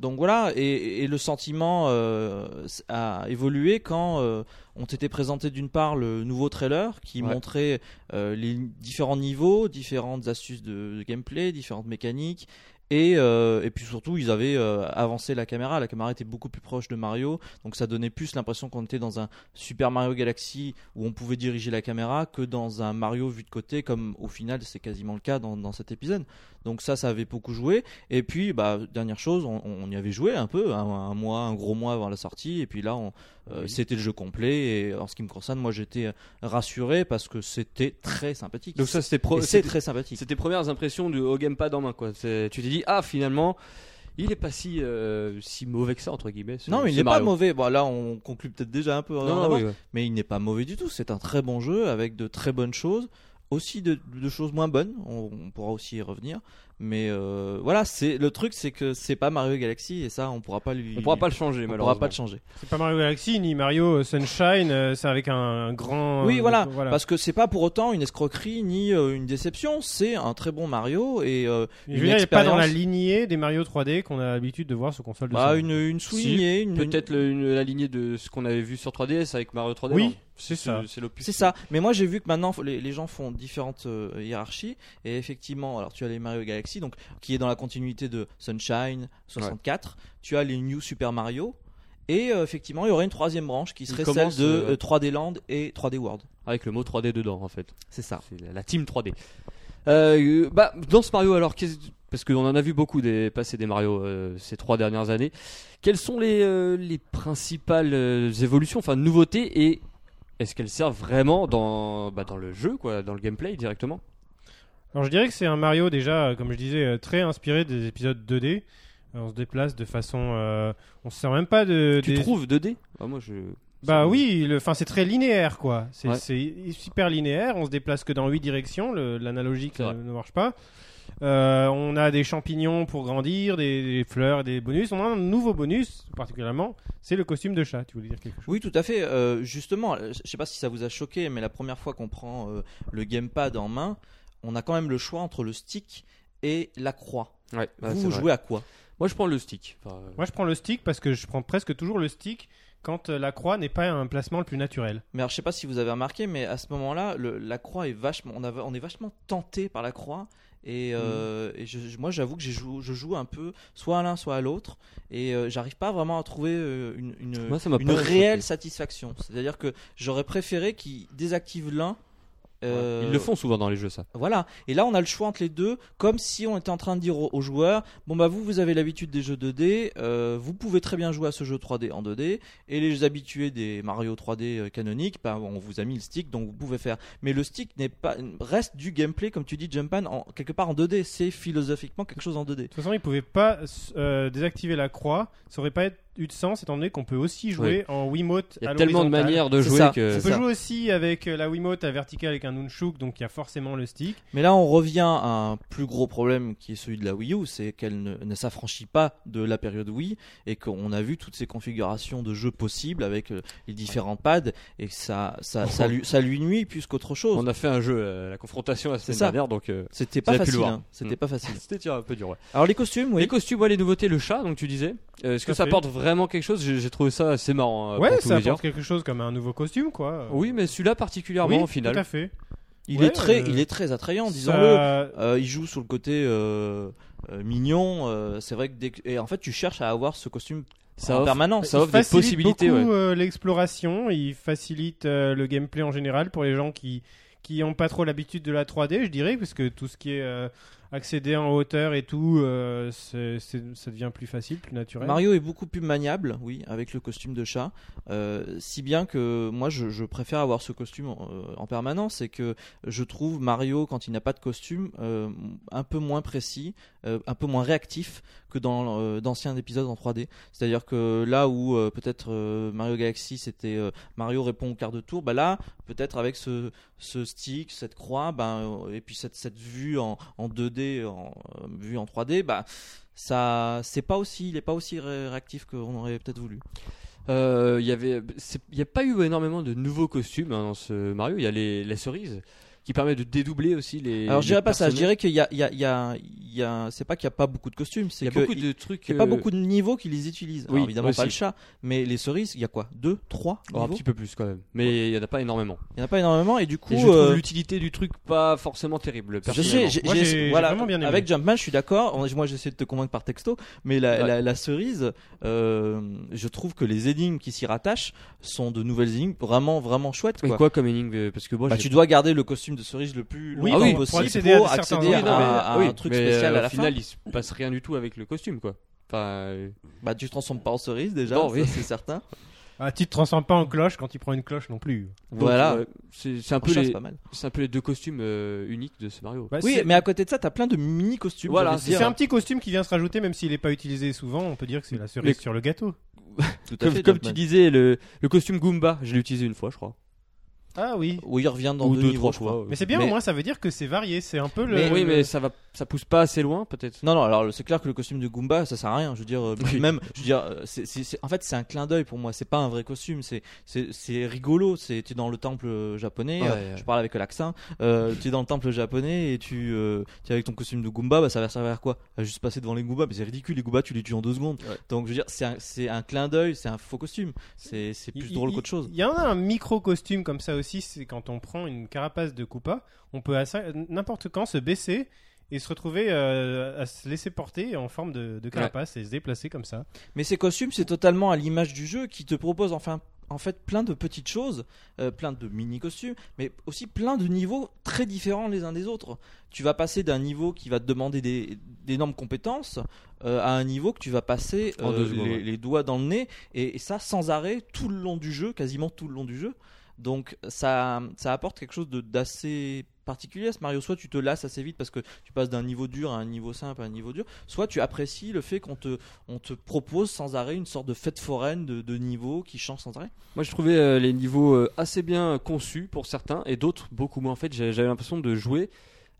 Speaker 1: donc voilà et, et le sentiment euh, a évolué quand euh, on t'était présenté d'une part le nouveau trailer qui
Speaker 2: Ouais.
Speaker 1: montrait euh, les différents niveaux, différentes astuces de, de gameplay, différentes mécaniques Et, euh, et puis surtout, ils avaient euh, avancé la caméra. La caméra était beaucoup plus proche de Mario, donc ça donnait plus l'impression qu'on était dans un Super Mario Galaxy où on pouvait diriger la caméra que dans un Mario vu de côté, comme au final c'est quasiment le cas dans, dans cet épisode. Donc ça, ça avait beaucoup joué. Et puis, bah, dernière chose, on, on y avait joué un peu, un, un mois, un gros mois avant la sortie. Et puis là, on, euh, c'était le jeu complet. Et en ce qui me concerne, moi, j'étais euh, rassuré parce que c'était très sympathique.
Speaker 2: Donc ça, c'était
Speaker 1: Et
Speaker 2: pro-
Speaker 1: c'est
Speaker 2: c'était-
Speaker 1: très sympathique.
Speaker 2: C'était tes premières impressions du au gamepad en main quoi. C'est- Tu t'es dit ah finalement il est pas si euh, si mauvais que ça entre guillemets. ce-
Speaker 1: Non, mais il
Speaker 2: ce
Speaker 1: n'est pas
Speaker 2: Mario.
Speaker 1: mauvais. Ah Bon, là, on conclut peut-être déjà un peu. en
Speaker 2: Non, non,
Speaker 1: avance.
Speaker 2: oui, ouais.
Speaker 1: mais il n'est pas mauvais du tout. C'est un très bon jeu avec de très bonnes choses, aussi de, de choses moins bonnes. On, on pourra aussi y revenir. Mais euh, voilà, c'est le truc, c'est que c'est pas Mario Galaxy et ça, on pourra pas lui.
Speaker 2: On pourra pas le changer
Speaker 1: on
Speaker 2: malheureusement.
Speaker 1: pourra pas le changer.
Speaker 4: C'est pas Mario Galaxy ni Mario Sunshine, euh, c'est avec un grand.
Speaker 1: Oui,
Speaker 4: euh,
Speaker 1: voilà, Parce que c'est pas pour autant une escroquerie ni euh, une déception. C'est un très bon Mario et euh,
Speaker 4: Je
Speaker 1: une
Speaker 4: veux dire, il est pas dans la
Speaker 1: expérience-
Speaker 4: lignée des Mario 3D qu'on a l'habitude de voir sur console de
Speaker 1: bah,
Speaker 4: salon.
Speaker 1: une, une soulignée, une-
Speaker 2: Peut-être le- une- la lignée de ce qu'on avait vu sur 3DS avec Mario 3D. non
Speaker 4: Oui, c'est ça.
Speaker 2: c'est l'opus.
Speaker 1: C'est ça. Mais moi, j'ai vu que maintenant, faut- les, les gens font différentes euh, hiérarchies. Et effectivement, alors tu as les Mario Galaxy, donc qui est dans la continuité de Sunshine 64. Tu as les New Super Mario. Et euh, effectivement, il y aurait une troisième branche qui serait celle
Speaker 2: commence,
Speaker 1: de
Speaker 2: euh,
Speaker 1: euh, 3D Land et 3D World.
Speaker 2: Avec le mot 3D dedans en fait.
Speaker 1: C'est ça.
Speaker 2: Ah. C'est la, la team 3D. Euh, bah, dans ce Mario, alors, qu'est-ce- parce qu'on en a vu beaucoup des, passer des Mario euh, ces trois dernières années, quelles sont les, euh, les principales euh, évolutions, enfin nouveautés, et est-ce qu'elles servent vraiment dans, bah, dans le jeu, quoi, dans le gameplay directement
Speaker 4: Alors je dirais que c'est un Mario déjà, euh, comme je disais, euh, très inspiré des épisodes 2D. Euh, On se déplace de façon, euh, on se sert même pas de.
Speaker 2: Tu
Speaker 4: des-
Speaker 2: trouves 2D Ah, Moi, je.
Speaker 4: Bah oui, le- enfin c'est très linéaire quoi. C'est
Speaker 2: Ouais.
Speaker 4: c'est super linéaire. On se déplace que dans huit directions. le- L'analogique
Speaker 2: C'est
Speaker 4: ne,
Speaker 2: vrai.
Speaker 4: ne marche pas. Euh, on a des champignons pour grandir, des, des fleurs, des bonus. On a un nouveau bonus particulièrement, c'est le costume de chat. Tu voulais dire quelque chose
Speaker 1: Oui, tout à fait. Euh, justement, euh, je sais pas si ça vous a choqué, mais la première fois qu'on prend euh, le gamepad en main, on a quand même le choix entre le stick et la croix.
Speaker 2: Ouais, ouais, c'est
Speaker 1: vous
Speaker 2: vrai.
Speaker 1: jouez à quoi
Speaker 2: Moi, je prends le stick. Enfin, euh,
Speaker 4: Moi je prends le stick parce que je prends presque toujours le stick quand euh, la croix n'est pas un placement le plus naturel.
Speaker 1: Mais alors, je sais pas si vous avez remarqué, mais à ce moment-là, le- la croix est vachement, on, avait- on est vachement tenté par la croix. Et, euh,
Speaker 2: Mm.
Speaker 1: et je- je- moi, j'avoue que j'ai jou- je joue un peu soit à l'un, soit à l'autre, et euh, j'arrive pas vraiment à trouver euh, une, une-
Speaker 2: Moi, ça m'a
Speaker 1: une
Speaker 2: pas
Speaker 1: réelle
Speaker 2: choqué.
Speaker 1: satisfaction. C'est-à-dire que j'aurais préféré qu'ils désactivent l'un. euh,
Speaker 2: Ils le font souvent dans les jeux, ça.
Speaker 1: Voilà. Et là, on a le choix entre les deux, comme si on était en train de dire aux, aux joueurs bon bah vous, vous avez l'habitude des jeux 2D, euh, vous pouvez très bien jouer à ce jeu 3D en 2D, et les habitués des Mario 3D euh, canoniques, bah, on vous a mis le stick, donc vous pouvez faire. Mais le stick n'est pas reste du gameplay, comme tu dis, Jumpman, en, quelque part en 2D. C'est philosophiquement quelque chose en 2D.
Speaker 4: De toute façon, ils pouvaient pas euh, désactiver la croix. Ça aurait pas eu de sens étant donné qu'on peut aussi jouer en Wiimote.
Speaker 2: Il y
Speaker 4: à
Speaker 2: a tellement de manières
Speaker 4: l'horizontale.
Speaker 2: de
Speaker 1: C'est
Speaker 2: jouer
Speaker 1: ça,
Speaker 2: que.
Speaker 4: On
Speaker 1: c'est
Speaker 4: peut
Speaker 1: ça.
Speaker 4: jouer aussi avec euh, la Wiimote à verticale avec un Nunchuk, donc il y a forcément le stick.
Speaker 1: Mais là, on revient à un plus gros problème qui est celui de la Wii U, c'est qu'elle ne, ne s'affranchit pas de la période Wii et qu'on a vu toutes ces configurations de jeux possibles avec euh, les différents pads et que ça, ça, ça, lui, ça lui nuit plus qu'autre chose.
Speaker 2: On a fait un jeu, euh, la confrontation la semaine
Speaker 1: ça.
Speaker 2: dernière, donc euh,
Speaker 1: C'était pas
Speaker 2: avez pu le
Speaker 1: facile.
Speaker 2: voir.
Speaker 1: hein. C'était
Speaker 2: Mm.
Speaker 1: pas facile.
Speaker 2: c'était tiens, un peu dur. ouais.
Speaker 1: Alors les costumes, oui.
Speaker 2: Les costumes, ouais, les nouveautés, le chat, donc tu disais. Euh, Est-ce
Speaker 4: Tout
Speaker 2: que
Speaker 4: à
Speaker 2: ça
Speaker 4: fait.
Speaker 2: apporte vraiment quelque chose J'ai j'ai trouvé ça assez marrant. euh,
Speaker 4: ouais,
Speaker 2: pour tout
Speaker 4: ça
Speaker 2: vous dire.
Speaker 4: apporte quelque chose comme un nouveau costume, quoi. Euh,
Speaker 2: Oui, mais celui-là particulièrement
Speaker 4: oui,
Speaker 2: au final.
Speaker 4: Tout à fait.
Speaker 1: Il
Speaker 4: Ouais,
Speaker 1: est très,
Speaker 4: euh,
Speaker 1: il est très attrayant, disons-le.
Speaker 4: Ça-
Speaker 1: Euh, il joue sur le côté euh, euh, mignon. euh, c'est vrai que dès que- et en fait, tu cherches à avoir ce costume
Speaker 2: Ça
Speaker 1: en
Speaker 2: offre-
Speaker 1: permanence.
Speaker 2: ça offre des
Speaker 4: facilite
Speaker 2: possibilités,
Speaker 4: beaucoup
Speaker 2: ouais.
Speaker 4: euh, l'exploration, il facilite euh, le gameplay en général pour les gens qui qui n'ont pas trop l'habitude de la 3D, je dirais, parce que tout ce qui est euh, accéder en hauteur et tout, euh, c'est- c'est- ça devient plus facile, plus naturel.
Speaker 1: Mario est beaucoup plus maniable, oui, avec le costume de chat. Euh, si bien que moi, je, je préfère avoir ce costume en, euh, en permanence et que je trouve Mario, quand il n'a pas de costume, euh, un peu moins précis, euh, un peu moins réactif que dans euh, d'anciens épisodes en 3D. C'est-à-dire que là où euh, peut-être euh, Mario Galaxy, c'était euh, Mario répond au quart de tour, bah là, peut-être avec ce, ce stick, cette croix, ben, euh, et puis cette, cette vue en, en 2D, en, euh, vue en 3D, bah, ça, c'est pas aussi, il est pas aussi ré- réactif qu'on aurait peut-être voulu.
Speaker 2: Euh, Il y avait, c'est- il y a pas eu énormément de nouveaux costumes hein, dans ce Mario. Il y a les, les cerises qui permet de dédoubler aussi les.
Speaker 1: Alors je
Speaker 2: les
Speaker 1: dirais pas ça, je dirais
Speaker 2: personnages.
Speaker 1: qu'il y a, il y a, il y a- il y a- c'est pas qu'il n'y a pas beaucoup de costumes,
Speaker 2: Il y
Speaker 1: c'est
Speaker 2: a
Speaker 1: que
Speaker 2: beaucoup
Speaker 1: il-
Speaker 2: de trucs.
Speaker 1: il y a pas
Speaker 2: euh,
Speaker 1: beaucoup de niveaux qui les utilisent. Alors,
Speaker 2: oui,
Speaker 1: évidemment
Speaker 2: aussi.
Speaker 1: pas le chat, mais les cerises, il y a quoi Deux, trois
Speaker 2: oh, un
Speaker 1: niveaux
Speaker 2: petit peu plus quand même. Mais il y en a pas énormément.
Speaker 1: Il n'y en a pas énormément et du coup.
Speaker 2: Et je trouve
Speaker 1: euh,
Speaker 2: l'utilité du truc pas forcément terrible.
Speaker 1: Je sais,
Speaker 2: personnellement.
Speaker 1: j'ai,
Speaker 4: Moi,
Speaker 1: j'ai-
Speaker 4: j'ai- j'ai
Speaker 1: voilà,
Speaker 4: vraiment bien aimé.
Speaker 1: avec Jumpman, je suis d'accord. On- Moi, j'essaie de te convaincre par texto, mais la,
Speaker 2: Ouais.
Speaker 1: la- la cerise, euh, je trouve que les énigmes qui s'y rattachent sont de nouvelles énigmes vraiment, vraiment chouettes.
Speaker 2: Mais
Speaker 1: Quoi.
Speaker 2: quoi comme énigme Parce que moi,
Speaker 1: Bah,
Speaker 2: j'ai-
Speaker 1: tu dois garder le costume de cerise le plus
Speaker 4: Oui,
Speaker 1: longtemps
Speaker 2: oui, pour
Speaker 1: possible
Speaker 4: accéder à
Speaker 1: pour
Speaker 4: certains
Speaker 1: accéder
Speaker 2: Oui,
Speaker 1: à,
Speaker 2: non, mais-
Speaker 1: à
Speaker 2: oui,
Speaker 1: un truc
Speaker 2: mais,
Speaker 1: spécial
Speaker 2: euh,
Speaker 1: à la
Speaker 2: Au final,
Speaker 1: fin.
Speaker 2: il se passe rien du tout avec le costume, quoi. Enfin, euh,
Speaker 1: Bah, tu te transformes pas en cerise déjà,
Speaker 2: Non,
Speaker 1: ça,
Speaker 2: oui.
Speaker 1: c'est certain.
Speaker 4: Ah, tu te transformes pas en cloche quand il prend une cloche non plus.
Speaker 2: donc,
Speaker 1: voilà,
Speaker 2: euh, c'est c'est un
Speaker 1: En
Speaker 2: peu
Speaker 1: chat,
Speaker 2: les,
Speaker 1: c'est pas mal.
Speaker 2: c'est un peu les deux costumes euh, uniques de ce Mario.
Speaker 4: Bah,
Speaker 1: Oui,
Speaker 4: c'est-
Speaker 1: mais à côté de ça, t'as plein de mini costumes.
Speaker 2: Voilà,
Speaker 1: j'ai envie de
Speaker 2: c'est
Speaker 1: dire.
Speaker 4: c'est un petit costume qui vient se rajouter, même s'il n'est pas utilisé souvent. On peut dire que c'est la cerise
Speaker 2: Mais-
Speaker 4: sur le gâteau.
Speaker 1: Tout à
Speaker 2: Comme,
Speaker 1: fait,
Speaker 2: comme
Speaker 1: Jumpman.
Speaker 2: tu disais, le, le costume Goomba, je l'ai utilisé une fois, je crois.
Speaker 4: Ah oui.
Speaker 1: Ou il revient dans
Speaker 2: Ou
Speaker 1: deux,
Speaker 2: deux,
Speaker 1: niveaux,
Speaker 2: trois
Speaker 1: je crois.
Speaker 2: fois.
Speaker 4: Mais c'est bien, au moins, ça veut dire que c'est varié. C'est un peu le.
Speaker 2: Mais- oui, mais ça va, ça pousse pas assez loin, peut-être.
Speaker 1: Non, non, alors c'est clair que le costume de Goomba, ça sert à rien. Je veux dire, euh,
Speaker 2: Oui.
Speaker 1: même, je veux dire, euh, c'est- c'est- c'est- en fait, c'est un clin d'œil pour moi. C'est pas un vrai costume, c'est- c'est c'est rigolo. C'est tu es dans le temple euh, japonais.
Speaker 2: Ouais,
Speaker 1: euh,
Speaker 2: ouais.
Speaker 1: Je parle avec l'accent. Euh, tu es dans le temple japonais et tu euh, tu es avec ton costume de Goomba, bah, ça va servir à quoi À juste passer devant les Goombas, mais c'est ridicule. Les Goombas, tu les tues en deux secondes.
Speaker 2: Ouais.
Speaker 1: Donc, je veux dire, c'est un, c'est un clin d'œil, c'est un faux costume. C'est c'est plus
Speaker 4: Il-
Speaker 1: drôle
Speaker 4: il-
Speaker 1: qu'autre chose.
Speaker 4: Il y en a un micro costume comme ça aussi, c'est quand on prend une carapace de Koopa, on peut à ça- n'importe quand se baisser et se retrouver euh, à se laisser porter en forme de, de carapace et se déplacer comme ça.
Speaker 1: Mais ces costumes, c'est totalement à l'image du jeu qui te propose enfin en fait plein de petites choses, euh, plein de mini costumes, mais aussi plein de niveaux très différents les uns des autres. Tu vas passer d'un niveau qui va te demander des- d'énormes compétences euh, à un niveau que tu vas passer
Speaker 2: En
Speaker 1: euh,
Speaker 2: deux secondes,
Speaker 1: les,
Speaker 2: ouais.
Speaker 1: les doigts dans le nez et, et ça sans arrêt tout le long du jeu, quasiment tout le long du jeu. Donc ça, ça apporte quelque chose de- d'assez particulier à ce Mario. Soit tu te lasses assez vite parce que tu passes d'un niveau dur à un niveau simple à un niveau dur, soit tu apprécies le fait qu'on te, on te propose sans arrêt une sorte de fête foraine de, de niveaux qui change sans arrêt.
Speaker 2: Moi, je trouvais euh, les niveaux euh, assez bien conçus pour certains et d'autres beaucoup moins. En fait, j'ai- j'avais l'impression de jouer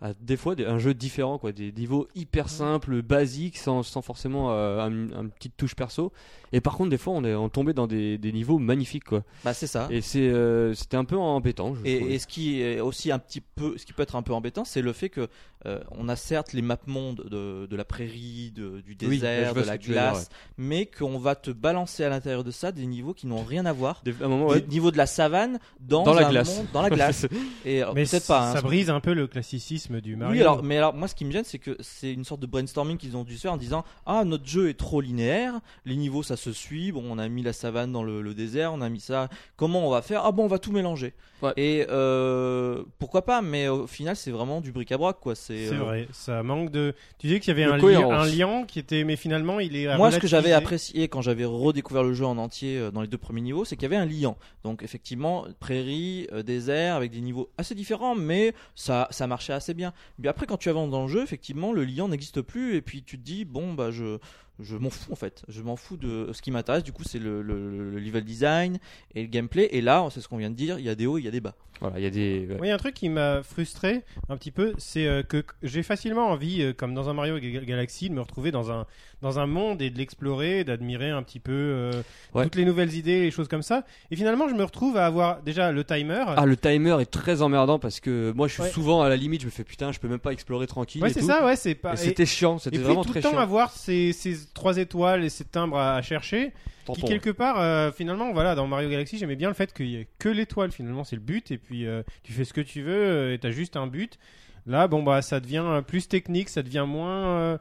Speaker 2: à des fois des- un jeu différent, quoi. Des niveaux hyper simples, basiques, sans, sans forcément euh, un, un petite touche perso. Et par contre, des fois, on est on tombait dans des, des niveaux magnifiques, quoi.
Speaker 1: Bah c'est
Speaker 4: Ah.
Speaker 1: ça.
Speaker 2: Et c'est, euh, c'était un peu embêtant. Je
Speaker 1: Et,
Speaker 2: trouvais.
Speaker 1: et ce qui est aussi un petit peu, ce qui peut être un peu embêtant, c'est le fait que euh, on a certes les maps mondes de, de la prairie, de- du
Speaker 2: Oui, je
Speaker 1: désert,
Speaker 2: vois
Speaker 1: de
Speaker 2: ce
Speaker 1: la
Speaker 2: que tu veux dire,
Speaker 1: glace, mais qu'on va te balancer à l'intérieur de ça des niveaux qui n'ont rien à voir.
Speaker 2: Des- à un moment, ouais.
Speaker 1: Des niveaux de la savane dans,
Speaker 2: Dans la
Speaker 1: un
Speaker 2: glace.
Speaker 1: monde- dans la glace. Et euh,
Speaker 4: Mais
Speaker 1: peut-être
Speaker 4: c-
Speaker 1: pas. hein,
Speaker 4: ça
Speaker 1: ce-
Speaker 4: brise un peu le classicisme du Mario.
Speaker 1: Oui, alors, mais alors, moi, ce qui me gêne, c'est que c'est une sorte de brainstorming qu'ils ont dû se faire en disant Ah, notre jeu est trop linéaire, les niveaux ça se suit, bon, on a mis la savane dans le, le désert, on a mis ça, comment on va faire Ah, bon, on va tout mélanger.
Speaker 2: Ouais.
Speaker 1: Et euh, pourquoi pas, mais au final, c'est vraiment du bric-à-brac, quoi. C'est
Speaker 4: C'est
Speaker 1: euh,
Speaker 4: vrai, ça manque de. Tu disais qu'il y avait
Speaker 2: De
Speaker 4: un, li-
Speaker 2: cohérence.
Speaker 4: un lien qui était, mais finalement il est. à
Speaker 1: Moi, ce que j'avais
Speaker 4: relativiser.
Speaker 1: apprécié quand j'avais redécouvert le jeu en entier euh, dans les deux premiers niveaux, c'est qu'il y avait un liant. Donc, effectivement, prairie, euh, désert, avec des niveaux assez différents, mais ça, ça marchait assez bien. Mais après, quand tu avances dans le jeu, effectivement, le liant n'existe plus, et puis tu te dis, bon, bah, je, je m'en fous en fait. Je m'en fous de ce qui m'intéresse, du coup, c'est le, le- le level design et le gameplay. Et là, c'est ce qu'on vient de dire, il y a des hauts, il y a des bas.
Speaker 2: Voilà, il y a des. ouais.
Speaker 4: Oui, un truc qui m'a frustré un petit peu, c'est euh, que j'ai facilement envie, euh, comme dans un Mario Ga- Galaxy, de me retrouver dans un, dans un monde et de l'explorer, d'admirer un petit peu euh,
Speaker 2: Ouais.
Speaker 4: toutes les nouvelles idées, les choses comme ça. Et finalement, je me retrouve à avoir déjà le timer.
Speaker 2: Ah, le timer est très emmerdant parce que moi, je suis
Speaker 4: Ouais.
Speaker 2: souvent à la limite. Je me fais putain, je peux même pas explorer tranquille.
Speaker 4: ouais,
Speaker 2: et
Speaker 4: c'est
Speaker 2: tout.
Speaker 4: ça, ouais, c'est pas.
Speaker 2: Et
Speaker 4: et-
Speaker 2: c'était chiant,
Speaker 4: et
Speaker 2: c'était
Speaker 4: puis
Speaker 2: vraiment
Speaker 4: tout
Speaker 2: très
Speaker 4: le temps
Speaker 2: chiant.
Speaker 4: avoir ces, ces trois étoles et ces timbres à, à chercher, qui
Speaker 2: Tampon, ouais.
Speaker 4: quelque part, euh, finalement, voilà, dans Mario Galaxy, j'aimais bien le fait qu'il y ait que l'étoile, finalement, c'est le but, et puis euh, tu fais ce que tu veux, euh, et t'as juste un but. Là, bon, bah, ça devient euh, plus technique, ça devient moins. euh,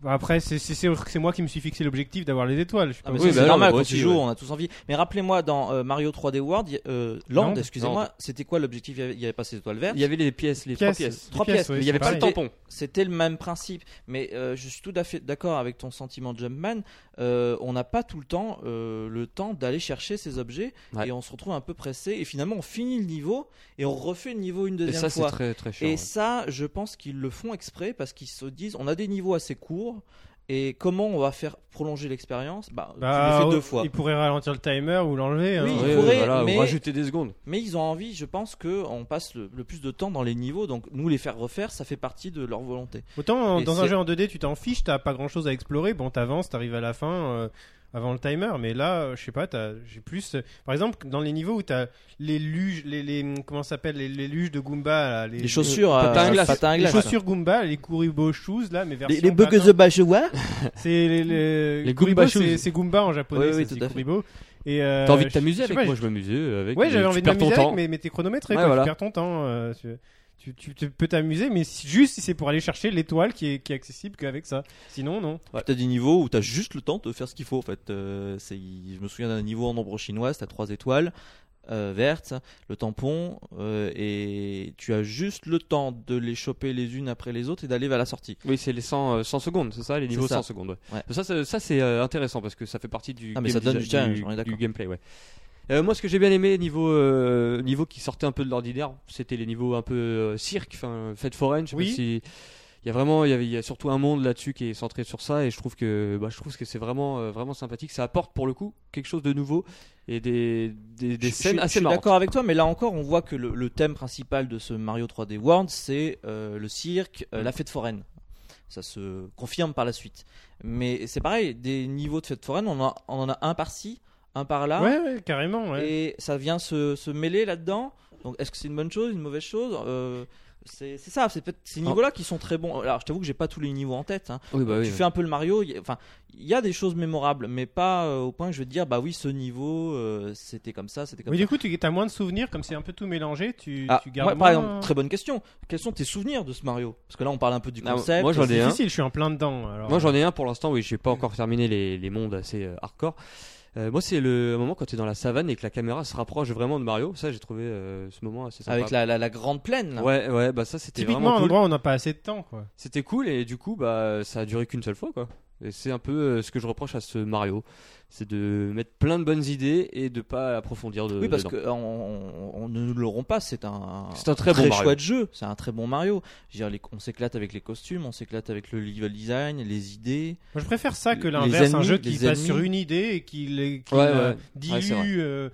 Speaker 4: bah, après, c'est- c'est c'est- c'est moi qui me suis fixé l'objectif d'avoir les étoiles. Je sais pas
Speaker 1: Ah, mais
Speaker 2: Oui,
Speaker 1: ça,
Speaker 2: bah
Speaker 1: c'est
Speaker 2: non,
Speaker 1: normal,
Speaker 2: mais moi
Speaker 1: quand tu
Speaker 2: aussi,
Speaker 1: joues,
Speaker 2: ouais.
Speaker 1: on a tous envie. Mais rappelez-moi, dans euh, Mario 3D World, il y a- euh,
Speaker 4: Land,
Speaker 1: Land, excusez-moi, c'était quoi l'objectif Il y avait- Il n'y avait pas ces étoiles vertes.
Speaker 2: Il y avait les pièces, les trois pièces.
Speaker 1: Trois pièces,
Speaker 4: ouais,
Speaker 2: mais il n'y avait
Speaker 4: c'est
Speaker 2: pas le
Speaker 4: pareil.
Speaker 2: tampon.
Speaker 1: C'était le même principe, mais euh, je suis tout à fait d'accord avec ton sentiment de Jumpman. Euh, on n'a pas tout le temps euh, le temps d'aller chercher ces objets
Speaker 2: Ouais.
Speaker 1: et on se retrouve un peu pressé. Et finalement, on finit le niveau et on refait le niveau une
Speaker 2: Et
Speaker 1: deuxième
Speaker 2: ça, c'est
Speaker 1: fois.
Speaker 2: très très chiant.
Speaker 1: Et
Speaker 2: ouais.
Speaker 1: ça, je pense qu'ils le font exprès parce qu'ils se disent on a des niveaux assez courts et comment on va faire prolonger l'expérience Bah, tu
Speaker 4: Bah,
Speaker 1: le fais
Speaker 4: oh,
Speaker 1: deux fois.
Speaker 4: Il pourrait ralentir le timer ou l'enlever.
Speaker 1: Oui,
Speaker 4: hein.
Speaker 1: il
Speaker 2: Ouais,
Speaker 1: pourrait,
Speaker 2: ouais, voilà,
Speaker 1: mais-
Speaker 2: ou rajouter des secondes.
Speaker 4: Euh,
Speaker 1: Mais ils ont envie, je pense, que on passe le, le plus de temps dans les niveaux. Donc nous les faire refaire, ça fait partie de leur volonté.
Speaker 4: Autant en-
Speaker 1: Et
Speaker 4: dans un
Speaker 1: c'est-
Speaker 4: jeu en 2D, tu t'en fiches, t'as pas grand chose à explorer. Bon, t'avances, t'arrives à la fin. euh, avant le timer. Mais là, euh, je sais pas, t'as- j'ai plus. euh, Par exemple, dans les niveaux où t'as les luges, les, les comment ça s'appelle, les, les luges de Goomba, là, les,
Speaker 1: Les chaussures euh,
Speaker 2: le-
Speaker 1: à
Speaker 2: patin à glace.
Speaker 1: patin à
Speaker 4: les
Speaker 1: glace.
Speaker 4: chaussures Goomba, les Kuribo shoes là, mais version
Speaker 1: Les, les bugs
Speaker 4: patin.
Speaker 1: the Bashowa
Speaker 4: C'est les, les,
Speaker 2: Les
Speaker 4: Kuribo,
Speaker 2: Goomba
Speaker 4: c'est-
Speaker 2: shoes.
Speaker 4: c'est Goomba en japonais,
Speaker 1: Oui, oui,
Speaker 4: c'est
Speaker 1: tout à fait.
Speaker 4: Kuribo. Et euh,
Speaker 2: T'as envie de
Speaker 4: je-
Speaker 2: t'amuser
Speaker 4: je sais
Speaker 2: avec
Speaker 4: pas,
Speaker 2: moi, je m'amusais avec.
Speaker 4: Ouais,
Speaker 2: mais
Speaker 4: j'avais
Speaker 2: tu
Speaker 4: envie de
Speaker 2: perds ton
Speaker 4: m'amuser
Speaker 2: temps.
Speaker 4: avec, mais, mais t'es chronométré,
Speaker 2: Ouais,
Speaker 4: quoi,
Speaker 2: voilà.
Speaker 4: tu perds ton temps. euh, tu, tu- tu- tu peux t'amuser, mais si- juste si c'est pour aller chercher l'étoile qui est, qui est accessible qu'avec ça. Sinon, non.
Speaker 1: Ouais. T'as des niveaux où t'as juste le temps de faire ce qu'il faut en fait. Euh, c'est- je me souviens d'un niveau en ombre chinoise, t'as trois étoiles euh, vertes, le tampon, euh, et tu as juste le temps de les choper les unes après les autres et d'aller vers la sortie.
Speaker 2: Oui, c'est les 100, euh, 100 secondes, c'est ça, les
Speaker 1: C'est
Speaker 2: niveaux
Speaker 1: ça.
Speaker 2: 100 secondes. ouais.
Speaker 1: Ouais.
Speaker 2: Ça, ça, ça, c'est euh, intéressant parce que ça fait partie du,
Speaker 1: Ah, mais
Speaker 2: game
Speaker 1: ça donne du
Speaker 2: design-
Speaker 1: challenge, on est d'accord.
Speaker 2: du gameplay. Ouais. Euh, moi, ce que j'ai bien aimé niveau euh, niveau qui sortait un peu de l'ordinaire, c'était les niveaux un peu euh, cirque, enfin fête foraine. Je sais
Speaker 4: Oui.
Speaker 2: pas si il y a vraiment, il y, avait- il y a surtout un monde là-dessus qui est centré sur ça et je trouve que bah, je trouve que c'est vraiment euh, vraiment sympathique. Ça apporte pour le coup quelque chose de nouveau et des des, des
Speaker 1: Je- je
Speaker 2: scènes
Speaker 1: suis- je
Speaker 2: assez
Speaker 1: suis
Speaker 2: marrantes.
Speaker 1: d'accord avec toi, mais là encore, on voit que le, le thème principal de ce Mario 3D World, c'est euh, le cirque, euh, la fête foraine. Ça se confirme par la suite. Mais c'est pareil, des niveaux de fête foraine, on, en a- on en a un par-ci, un
Speaker 2: Ah.
Speaker 1: par-là.
Speaker 4: Ouais, ouais, carrément. ouais.
Speaker 1: et ça vient se, se mêler là-dedans. Donc, est-ce que c'est une bonne chose, une mauvaise chose Euh, C'est c'est ça, c'est peut-être
Speaker 4: Ah.
Speaker 1: ces niveaux-là qui sont très bons. Alors, je t'avoue que j'ai pas tous les niveaux en tête. hein.
Speaker 2: Oui, bah oui,
Speaker 1: tu
Speaker 2: oui.
Speaker 1: fais un peu le Mario, il y a- enfin, il y a des choses mémorables, mais pas euh, au point que je vais te dire, bah oui, ce niveau, euh, c'était comme ça, c'était comme
Speaker 4: Mais
Speaker 1: ça.
Speaker 4: du coup, tu as moins de souvenirs, comme c'est un peu tout mélangé, tu,
Speaker 1: Ah,
Speaker 4: tu gardes
Speaker 1: ouais, par
Speaker 4: moins- hein.
Speaker 1: exemple, très bonne question. Quels sont tes souvenirs de ce Mario Parce que là, on parle un peu du
Speaker 2: Ah,
Speaker 1: concept.
Speaker 2: moi, j'en
Speaker 4: C'est
Speaker 2: ai un.
Speaker 4: difficile, je suis en plein dedans. Alors. euh,
Speaker 2: Moi j'en ai un pour l'instant, oui, j'ai pas encore terminé les, les mondes assez euh, hardcore. Euh, moi c'est le moment quand tu es dans la savane et que la caméra se rapproche vraiment de Mario, ça j'ai trouvé euh, ce moment assez sympa.
Speaker 1: avec la, la, hein. la grande plaine. là.
Speaker 2: Ouais, ouais, bah ça c'était
Speaker 4: Typiquement,
Speaker 2: vraiment
Speaker 4: un
Speaker 2: cool.
Speaker 4: endroit où on n'a pas assez de temps, quoi.
Speaker 2: C'était cool et du coup bah ça a duré qu'une seule fois quoi. Et c'est un peu euh, ce que je reproche à ce Mario, c'est de mettre plein de bonnes idées et de pas approfondir de
Speaker 1: Oui, parce
Speaker 2: dedans.
Speaker 1: que euh, on, on- on ne nous l'aurons pas. C'est un,
Speaker 2: C'est un très bon Mario.
Speaker 1: chouette jeu. C'est un très bon Mario. Je veux dire, les- on s'éclate avec les costumes, on s'éclate avec le level design, les idées.
Speaker 4: Moi, je préfère ça que
Speaker 1: Les
Speaker 4: l'inverse, un
Speaker 1: ennemis,
Speaker 4: jeu qui
Speaker 1: les
Speaker 4: passe
Speaker 1: ennemis.
Speaker 4: sur une idée et qui, les- qui
Speaker 2: Ouais,
Speaker 4: la
Speaker 2: ouais.
Speaker 4: dilue.
Speaker 2: Ouais, c'est vrai.
Speaker 4: euh,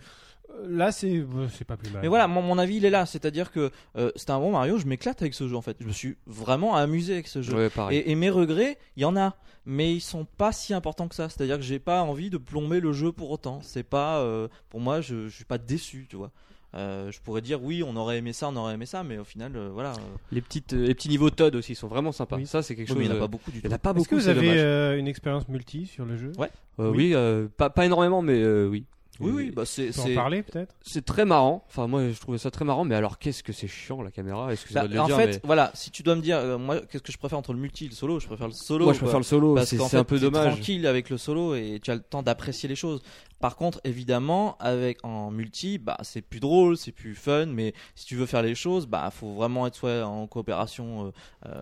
Speaker 4: Là, c'est euh, c'est pas plus mal.
Speaker 1: Mais voilà, mon, mon avis, il est là. C'est-à-dire que euh, c'est un bon Mario. Je m'éclate avec ce jeu en fait. Je me suis vraiment amusé avec ce jeu.
Speaker 2: Ouais, pareil.
Speaker 1: Et, et mes regrets, il y en a, mais ils sont pas si importants que ça. C'est-à-dire que j'ai pas envie de plomber le jeu pour autant. C'est pas, euh, pour moi, je, je suis pas déçu, tu vois. Euh, je pourrais dire oui, on aurait aimé ça, on aurait aimé ça, mais au final, euh, voilà. euh,
Speaker 2: Les petites euh, les petits niveaux Todd aussi sont vraiment sympas.
Speaker 4: Oui.
Speaker 2: Ça c'est quelque
Speaker 1: oui,
Speaker 2: chose
Speaker 1: mais il n'y en a
Speaker 2: euh,
Speaker 1: pas beaucoup du
Speaker 2: il
Speaker 1: tout.
Speaker 2: y en a pas
Speaker 4: Est-ce que
Speaker 2: beaucoup,
Speaker 4: vous
Speaker 2: c'est
Speaker 4: avez
Speaker 2: dommage.
Speaker 4: euh, une expérience multi sur le jeu
Speaker 2: Euh,
Speaker 4: oui.
Speaker 2: oui, euh, pas pas énormément mais euh, oui.
Speaker 1: Oui, oui, bah c'est.
Speaker 4: Tu peux
Speaker 1: c'est-
Speaker 4: en parler peut-être
Speaker 2: C'est très marrant. Enfin, moi, je trouvais ça très marrant. Mais alors, qu'est-ce que c'est chiant la caméra
Speaker 1: Bah,
Speaker 2: Excusez-moi de le
Speaker 1: en
Speaker 2: dire,
Speaker 1: fait,
Speaker 2: mais
Speaker 1: voilà, si tu dois me dire, euh, moi, qu'est-ce que je préfère entre le multi et le solo Je préfère le solo.
Speaker 2: moi, je
Speaker 1: quoi.
Speaker 2: préfère le solo.
Speaker 1: Parce
Speaker 2: C'est
Speaker 1: qu'en
Speaker 2: c'est un
Speaker 1: fait,
Speaker 2: peu
Speaker 1: t'es
Speaker 2: dommage.
Speaker 1: tranquille avec le solo et tu as le temps d'apprécier les choses. Par contre, évidemment, avec en multi, bah c'est plus drôle, c'est plus fun, mais si tu veux faire les choses, bah faut vraiment être soit en coopération euh, euh,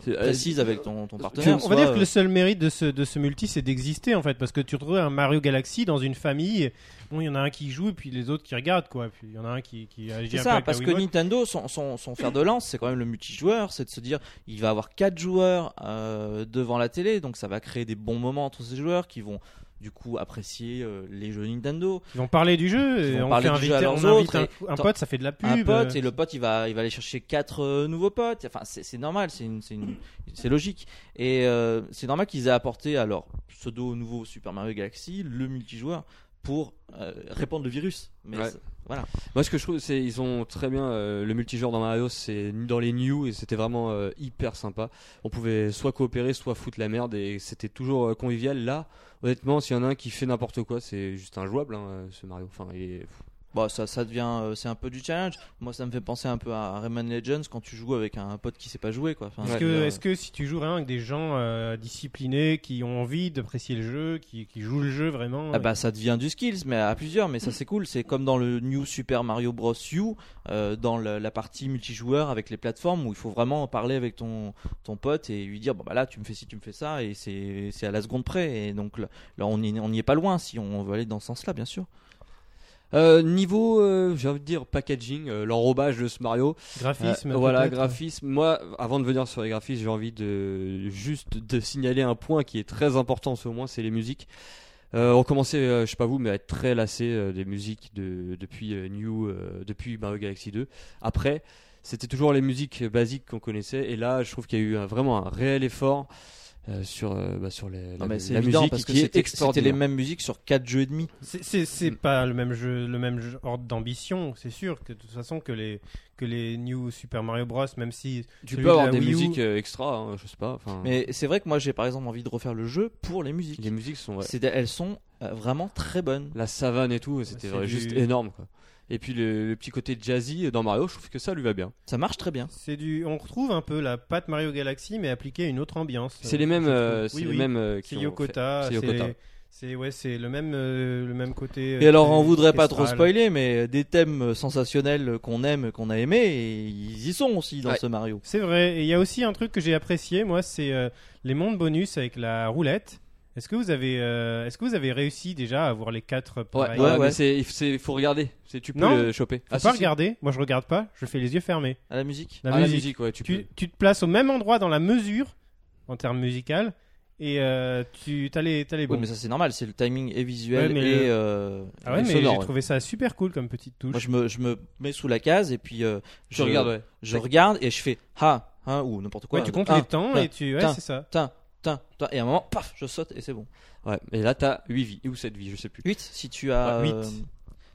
Speaker 2: C'est- euh,
Speaker 1: précise avec ton, ton
Speaker 4: Puis
Speaker 1: partenaire.
Speaker 4: on va
Speaker 1: soit,
Speaker 4: dire que
Speaker 1: euh,
Speaker 4: le seul mérite de ce, de ce multi, c'est d'exister en fait, parce que tu retrouves un Mario Galaxy dans une famille. Bon, il y en a un qui joue et puis les autres qui regardent quoi. Puis il y en a un qui, qui agit
Speaker 1: C'est
Speaker 4: un peu
Speaker 1: ça,
Speaker 4: avec la
Speaker 1: parce que
Speaker 4: Wiimote.
Speaker 1: Nintendo, son, son, son fer de lance, c'est quand même le multijoueur, c'est de se dire, il va avoir quatre joueurs euh, devant la télé, donc ça va créer des bons moments entre ces joueurs qui vont du coup apprécier euh, les jeux Nintendo.
Speaker 4: ils vont parler du jeu,
Speaker 1: Ils
Speaker 4: et
Speaker 1: vont
Speaker 4: on
Speaker 1: parler
Speaker 4: fait
Speaker 1: du jeu
Speaker 4: inviter,
Speaker 1: à
Speaker 4: on
Speaker 1: leurs
Speaker 4: invite
Speaker 1: autres,
Speaker 4: un,
Speaker 1: et
Speaker 4: un
Speaker 1: t'en-
Speaker 4: pote, ça fait de la pub.
Speaker 1: un pote
Speaker 4: euh.
Speaker 1: et le pote il va il va aller chercher quatre euh, nouveaux potes enfin c'est c'est normal c'est une- c'est une- c'est logique et euh, c'est normal qu'ils aient apporté alors pseudo nouveau Super Mario Galaxy le multijoueur pour euh, répandre le virus mais
Speaker 2: Ouais.
Speaker 1: c'est- voilà
Speaker 2: Moi, ce que je trouve, c'est ils ont très bien euh, le multijoueur dans Mario. C'est dans les new et c'était vraiment euh, hyper sympa. On pouvait soit coopérer, soit foutre la merde et c'était toujours euh, convivial. Là, honnêtement, s'il y en a un qui fait n'importe quoi, c'est juste injouable. Hein, ce Mario. Enfin, il est-
Speaker 1: bon ça ça devient euh, c'est un peu du challenge moi ça me fait penser un peu à Rayman Legends quand tu joues avec un pote qui sait pas jouer quoi Enfin, je
Speaker 4: Est-ce
Speaker 1: veux
Speaker 4: que,
Speaker 1: dire,
Speaker 4: est-ce que si tu joues vraiment avec des gens euh, disciplinés, qui ont envie d'apprécier le jeu, qui, qui jouent le jeu vraiment
Speaker 1: Ah bah ça devient du skills mais à plusieurs mais ça c'est cool c'est comme dans le New Super Mario Bros U euh, dans le- la partie multijoueur avec les plateformes où il faut vraiment parler avec ton ton pote et lui dire bon bah là tu me fais ci tu me fais ça et c'est c'est à la seconde près et donc là là, on n'y on n'y est pas loin si on veut aller dans ce sens là bien sûr
Speaker 2: Euh, niveau, euh, j'ai envie de dire packaging, euh, l'enrobage de ce Mario.
Speaker 4: graphisme
Speaker 2: Euh, voilà,
Speaker 4: peut-être.
Speaker 2: graphisme. Moi, avant de venir sur les graphismes, j'ai envie de juste de signaler un point qui est très important, ce moins, c'est les musiques. Euh, on commençait, euh, je sais pas vous, mais à être très lassé euh, des musiques de, depuis euh, New, euh, depuis Mario Galaxy 2. Après, c'était toujours les musiques euh, basiques qu'on connaissait, et là, je trouve qu'il y a eu un- vraiment un réel effort. euh, sur, euh, bah, sur les- la,
Speaker 1: Non, mais
Speaker 2: la
Speaker 1: Ah c'est évident
Speaker 2: musique
Speaker 1: parce que
Speaker 2: qui est
Speaker 1: c'était c'était les
Speaker 2: extraordinaire.
Speaker 1: mêmes musiques sur 4 jeux et demi.
Speaker 4: C'est- C'est c'est pas le même jeu, le même jeu- ordre d'ambition, c'est sûr que de toute façon que les que les New Super Mario Bros, même si
Speaker 2: Tu
Speaker 4: celui
Speaker 2: peux
Speaker 4: de
Speaker 2: avoir
Speaker 4: la
Speaker 2: des
Speaker 4: Wii U-
Speaker 2: musiques euh, extra, hein, je sais pas. enfin,
Speaker 1: Mais c'est vrai que moi j'ai par exemple envie de refaire le jeu pour les musiques.
Speaker 2: les musiques sont. ouais,
Speaker 1: C'est- Elles sont euh, vraiment très bonnes.
Speaker 2: la savane et tout, c'était
Speaker 4: C'est
Speaker 2: vrai,
Speaker 4: du-
Speaker 2: juste énorme. Quoi. Et puis le, le petit côté jazzy dans Mario, je trouve que ça lui va bien.
Speaker 1: Ça marche très bien.
Speaker 4: c'est du, on retrouve un peu la patte Mario Galaxy mais appliquée à une autre ambiance.
Speaker 2: C'est les mêmes,
Speaker 4: je trouve.
Speaker 2: euh, c'est
Speaker 4: Oui,
Speaker 2: les
Speaker 4: oui.
Speaker 2: mêmes euh, qui
Speaker 4: C'est
Speaker 2: ont
Speaker 4: Yokota,
Speaker 2: fait- c'est
Speaker 4: c'est
Speaker 2: Yokota.
Speaker 4: les- c'est ouais, c'est le même euh, le même côté. euh,
Speaker 1: Et alors on
Speaker 4: très
Speaker 1: voudrait pas trop
Speaker 4: orchestral.
Speaker 1: spoiler, mais euh, des thèmes sensationnels euh, qu'on aime, qu'on a aimé, et ils y sont aussi dans
Speaker 2: Ouais.
Speaker 1: ce Mario.
Speaker 4: C'est vrai. Et il y a aussi un truc que j'ai apprécié, moi, c'est euh, les mondes bonus avec la roulette. Est-ce que vous avez, euh, est-ce que vous avez réussi déjà à avoir les quatre
Speaker 2: Ouais,
Speaker 4: pareils
Speaker 2: ouais,
Speaker 1: ouais.
Speaker 2: mais c'est, il f- c'est- faut regarder. C'est, tu peux
Speaker 4: Non,
Speaker 2: le choper.
Speaker 4: Faut
Speaker 2: Ah,
Speaker 4: pas
Speaker 2: si, si.
Speaker 4: regarder. Moi, je regarde pas. Je fais les yeux fermés.
Speaker 1: À la musique
Speaker 4: La
Speaker 2: Ah, la
Speaker 4: musique.
Speaker 2: musique, ouais, tu,
Speaker 4: Tu,
Speaker 2: peux.
Speaker 4: tu te places au même endroit dans la mesure en termes musical et euh, tu t'as les, t'as les bons.
Speaker 1: Oui, mais ça c'est normal, c'est le timing et visuel
Speaker 4: Ouais, mais
Speaker 1: et.
Speaker 4: le-
Speaker 1: euh,
Speaker 4: ah ouais,
Speaker 1: et
Speaker 4: mais
Speaker 1: sonore,
Speaker 4: j'ai
Speaker 1: ouais.
Speaker 4: trouvé ça super cool comme petite touche.
Speaker 1: Moi je me, je me mets sous la case et puis euh,
Speaker 2: Tu
Speaker 1: je
Speaker 2: regardes, ouais.
Speaker 1: Je regarde et je fais ha, hein, ou n'importe quoi.
Speaker 4: Ouais, tu comptes
Speaker 2: Ah,
Speaker 1: Un,
Speaker 4: les temps
Speaker 1: un,
Speaker 4: et tu, ouais,
Speaker 1: un.
Speaker 4: c'est ça.
Speaker 1: tin, tin, tin. et à un moment, paf, je saute et c'est bon.
Speaker 2: ouais. Et là, t'as 8 vies ou 7 vies, je sais plus.
Speaker 1: 8 si tu as.
Speaker 4: Ouais, huit.
Speaker 1: euh,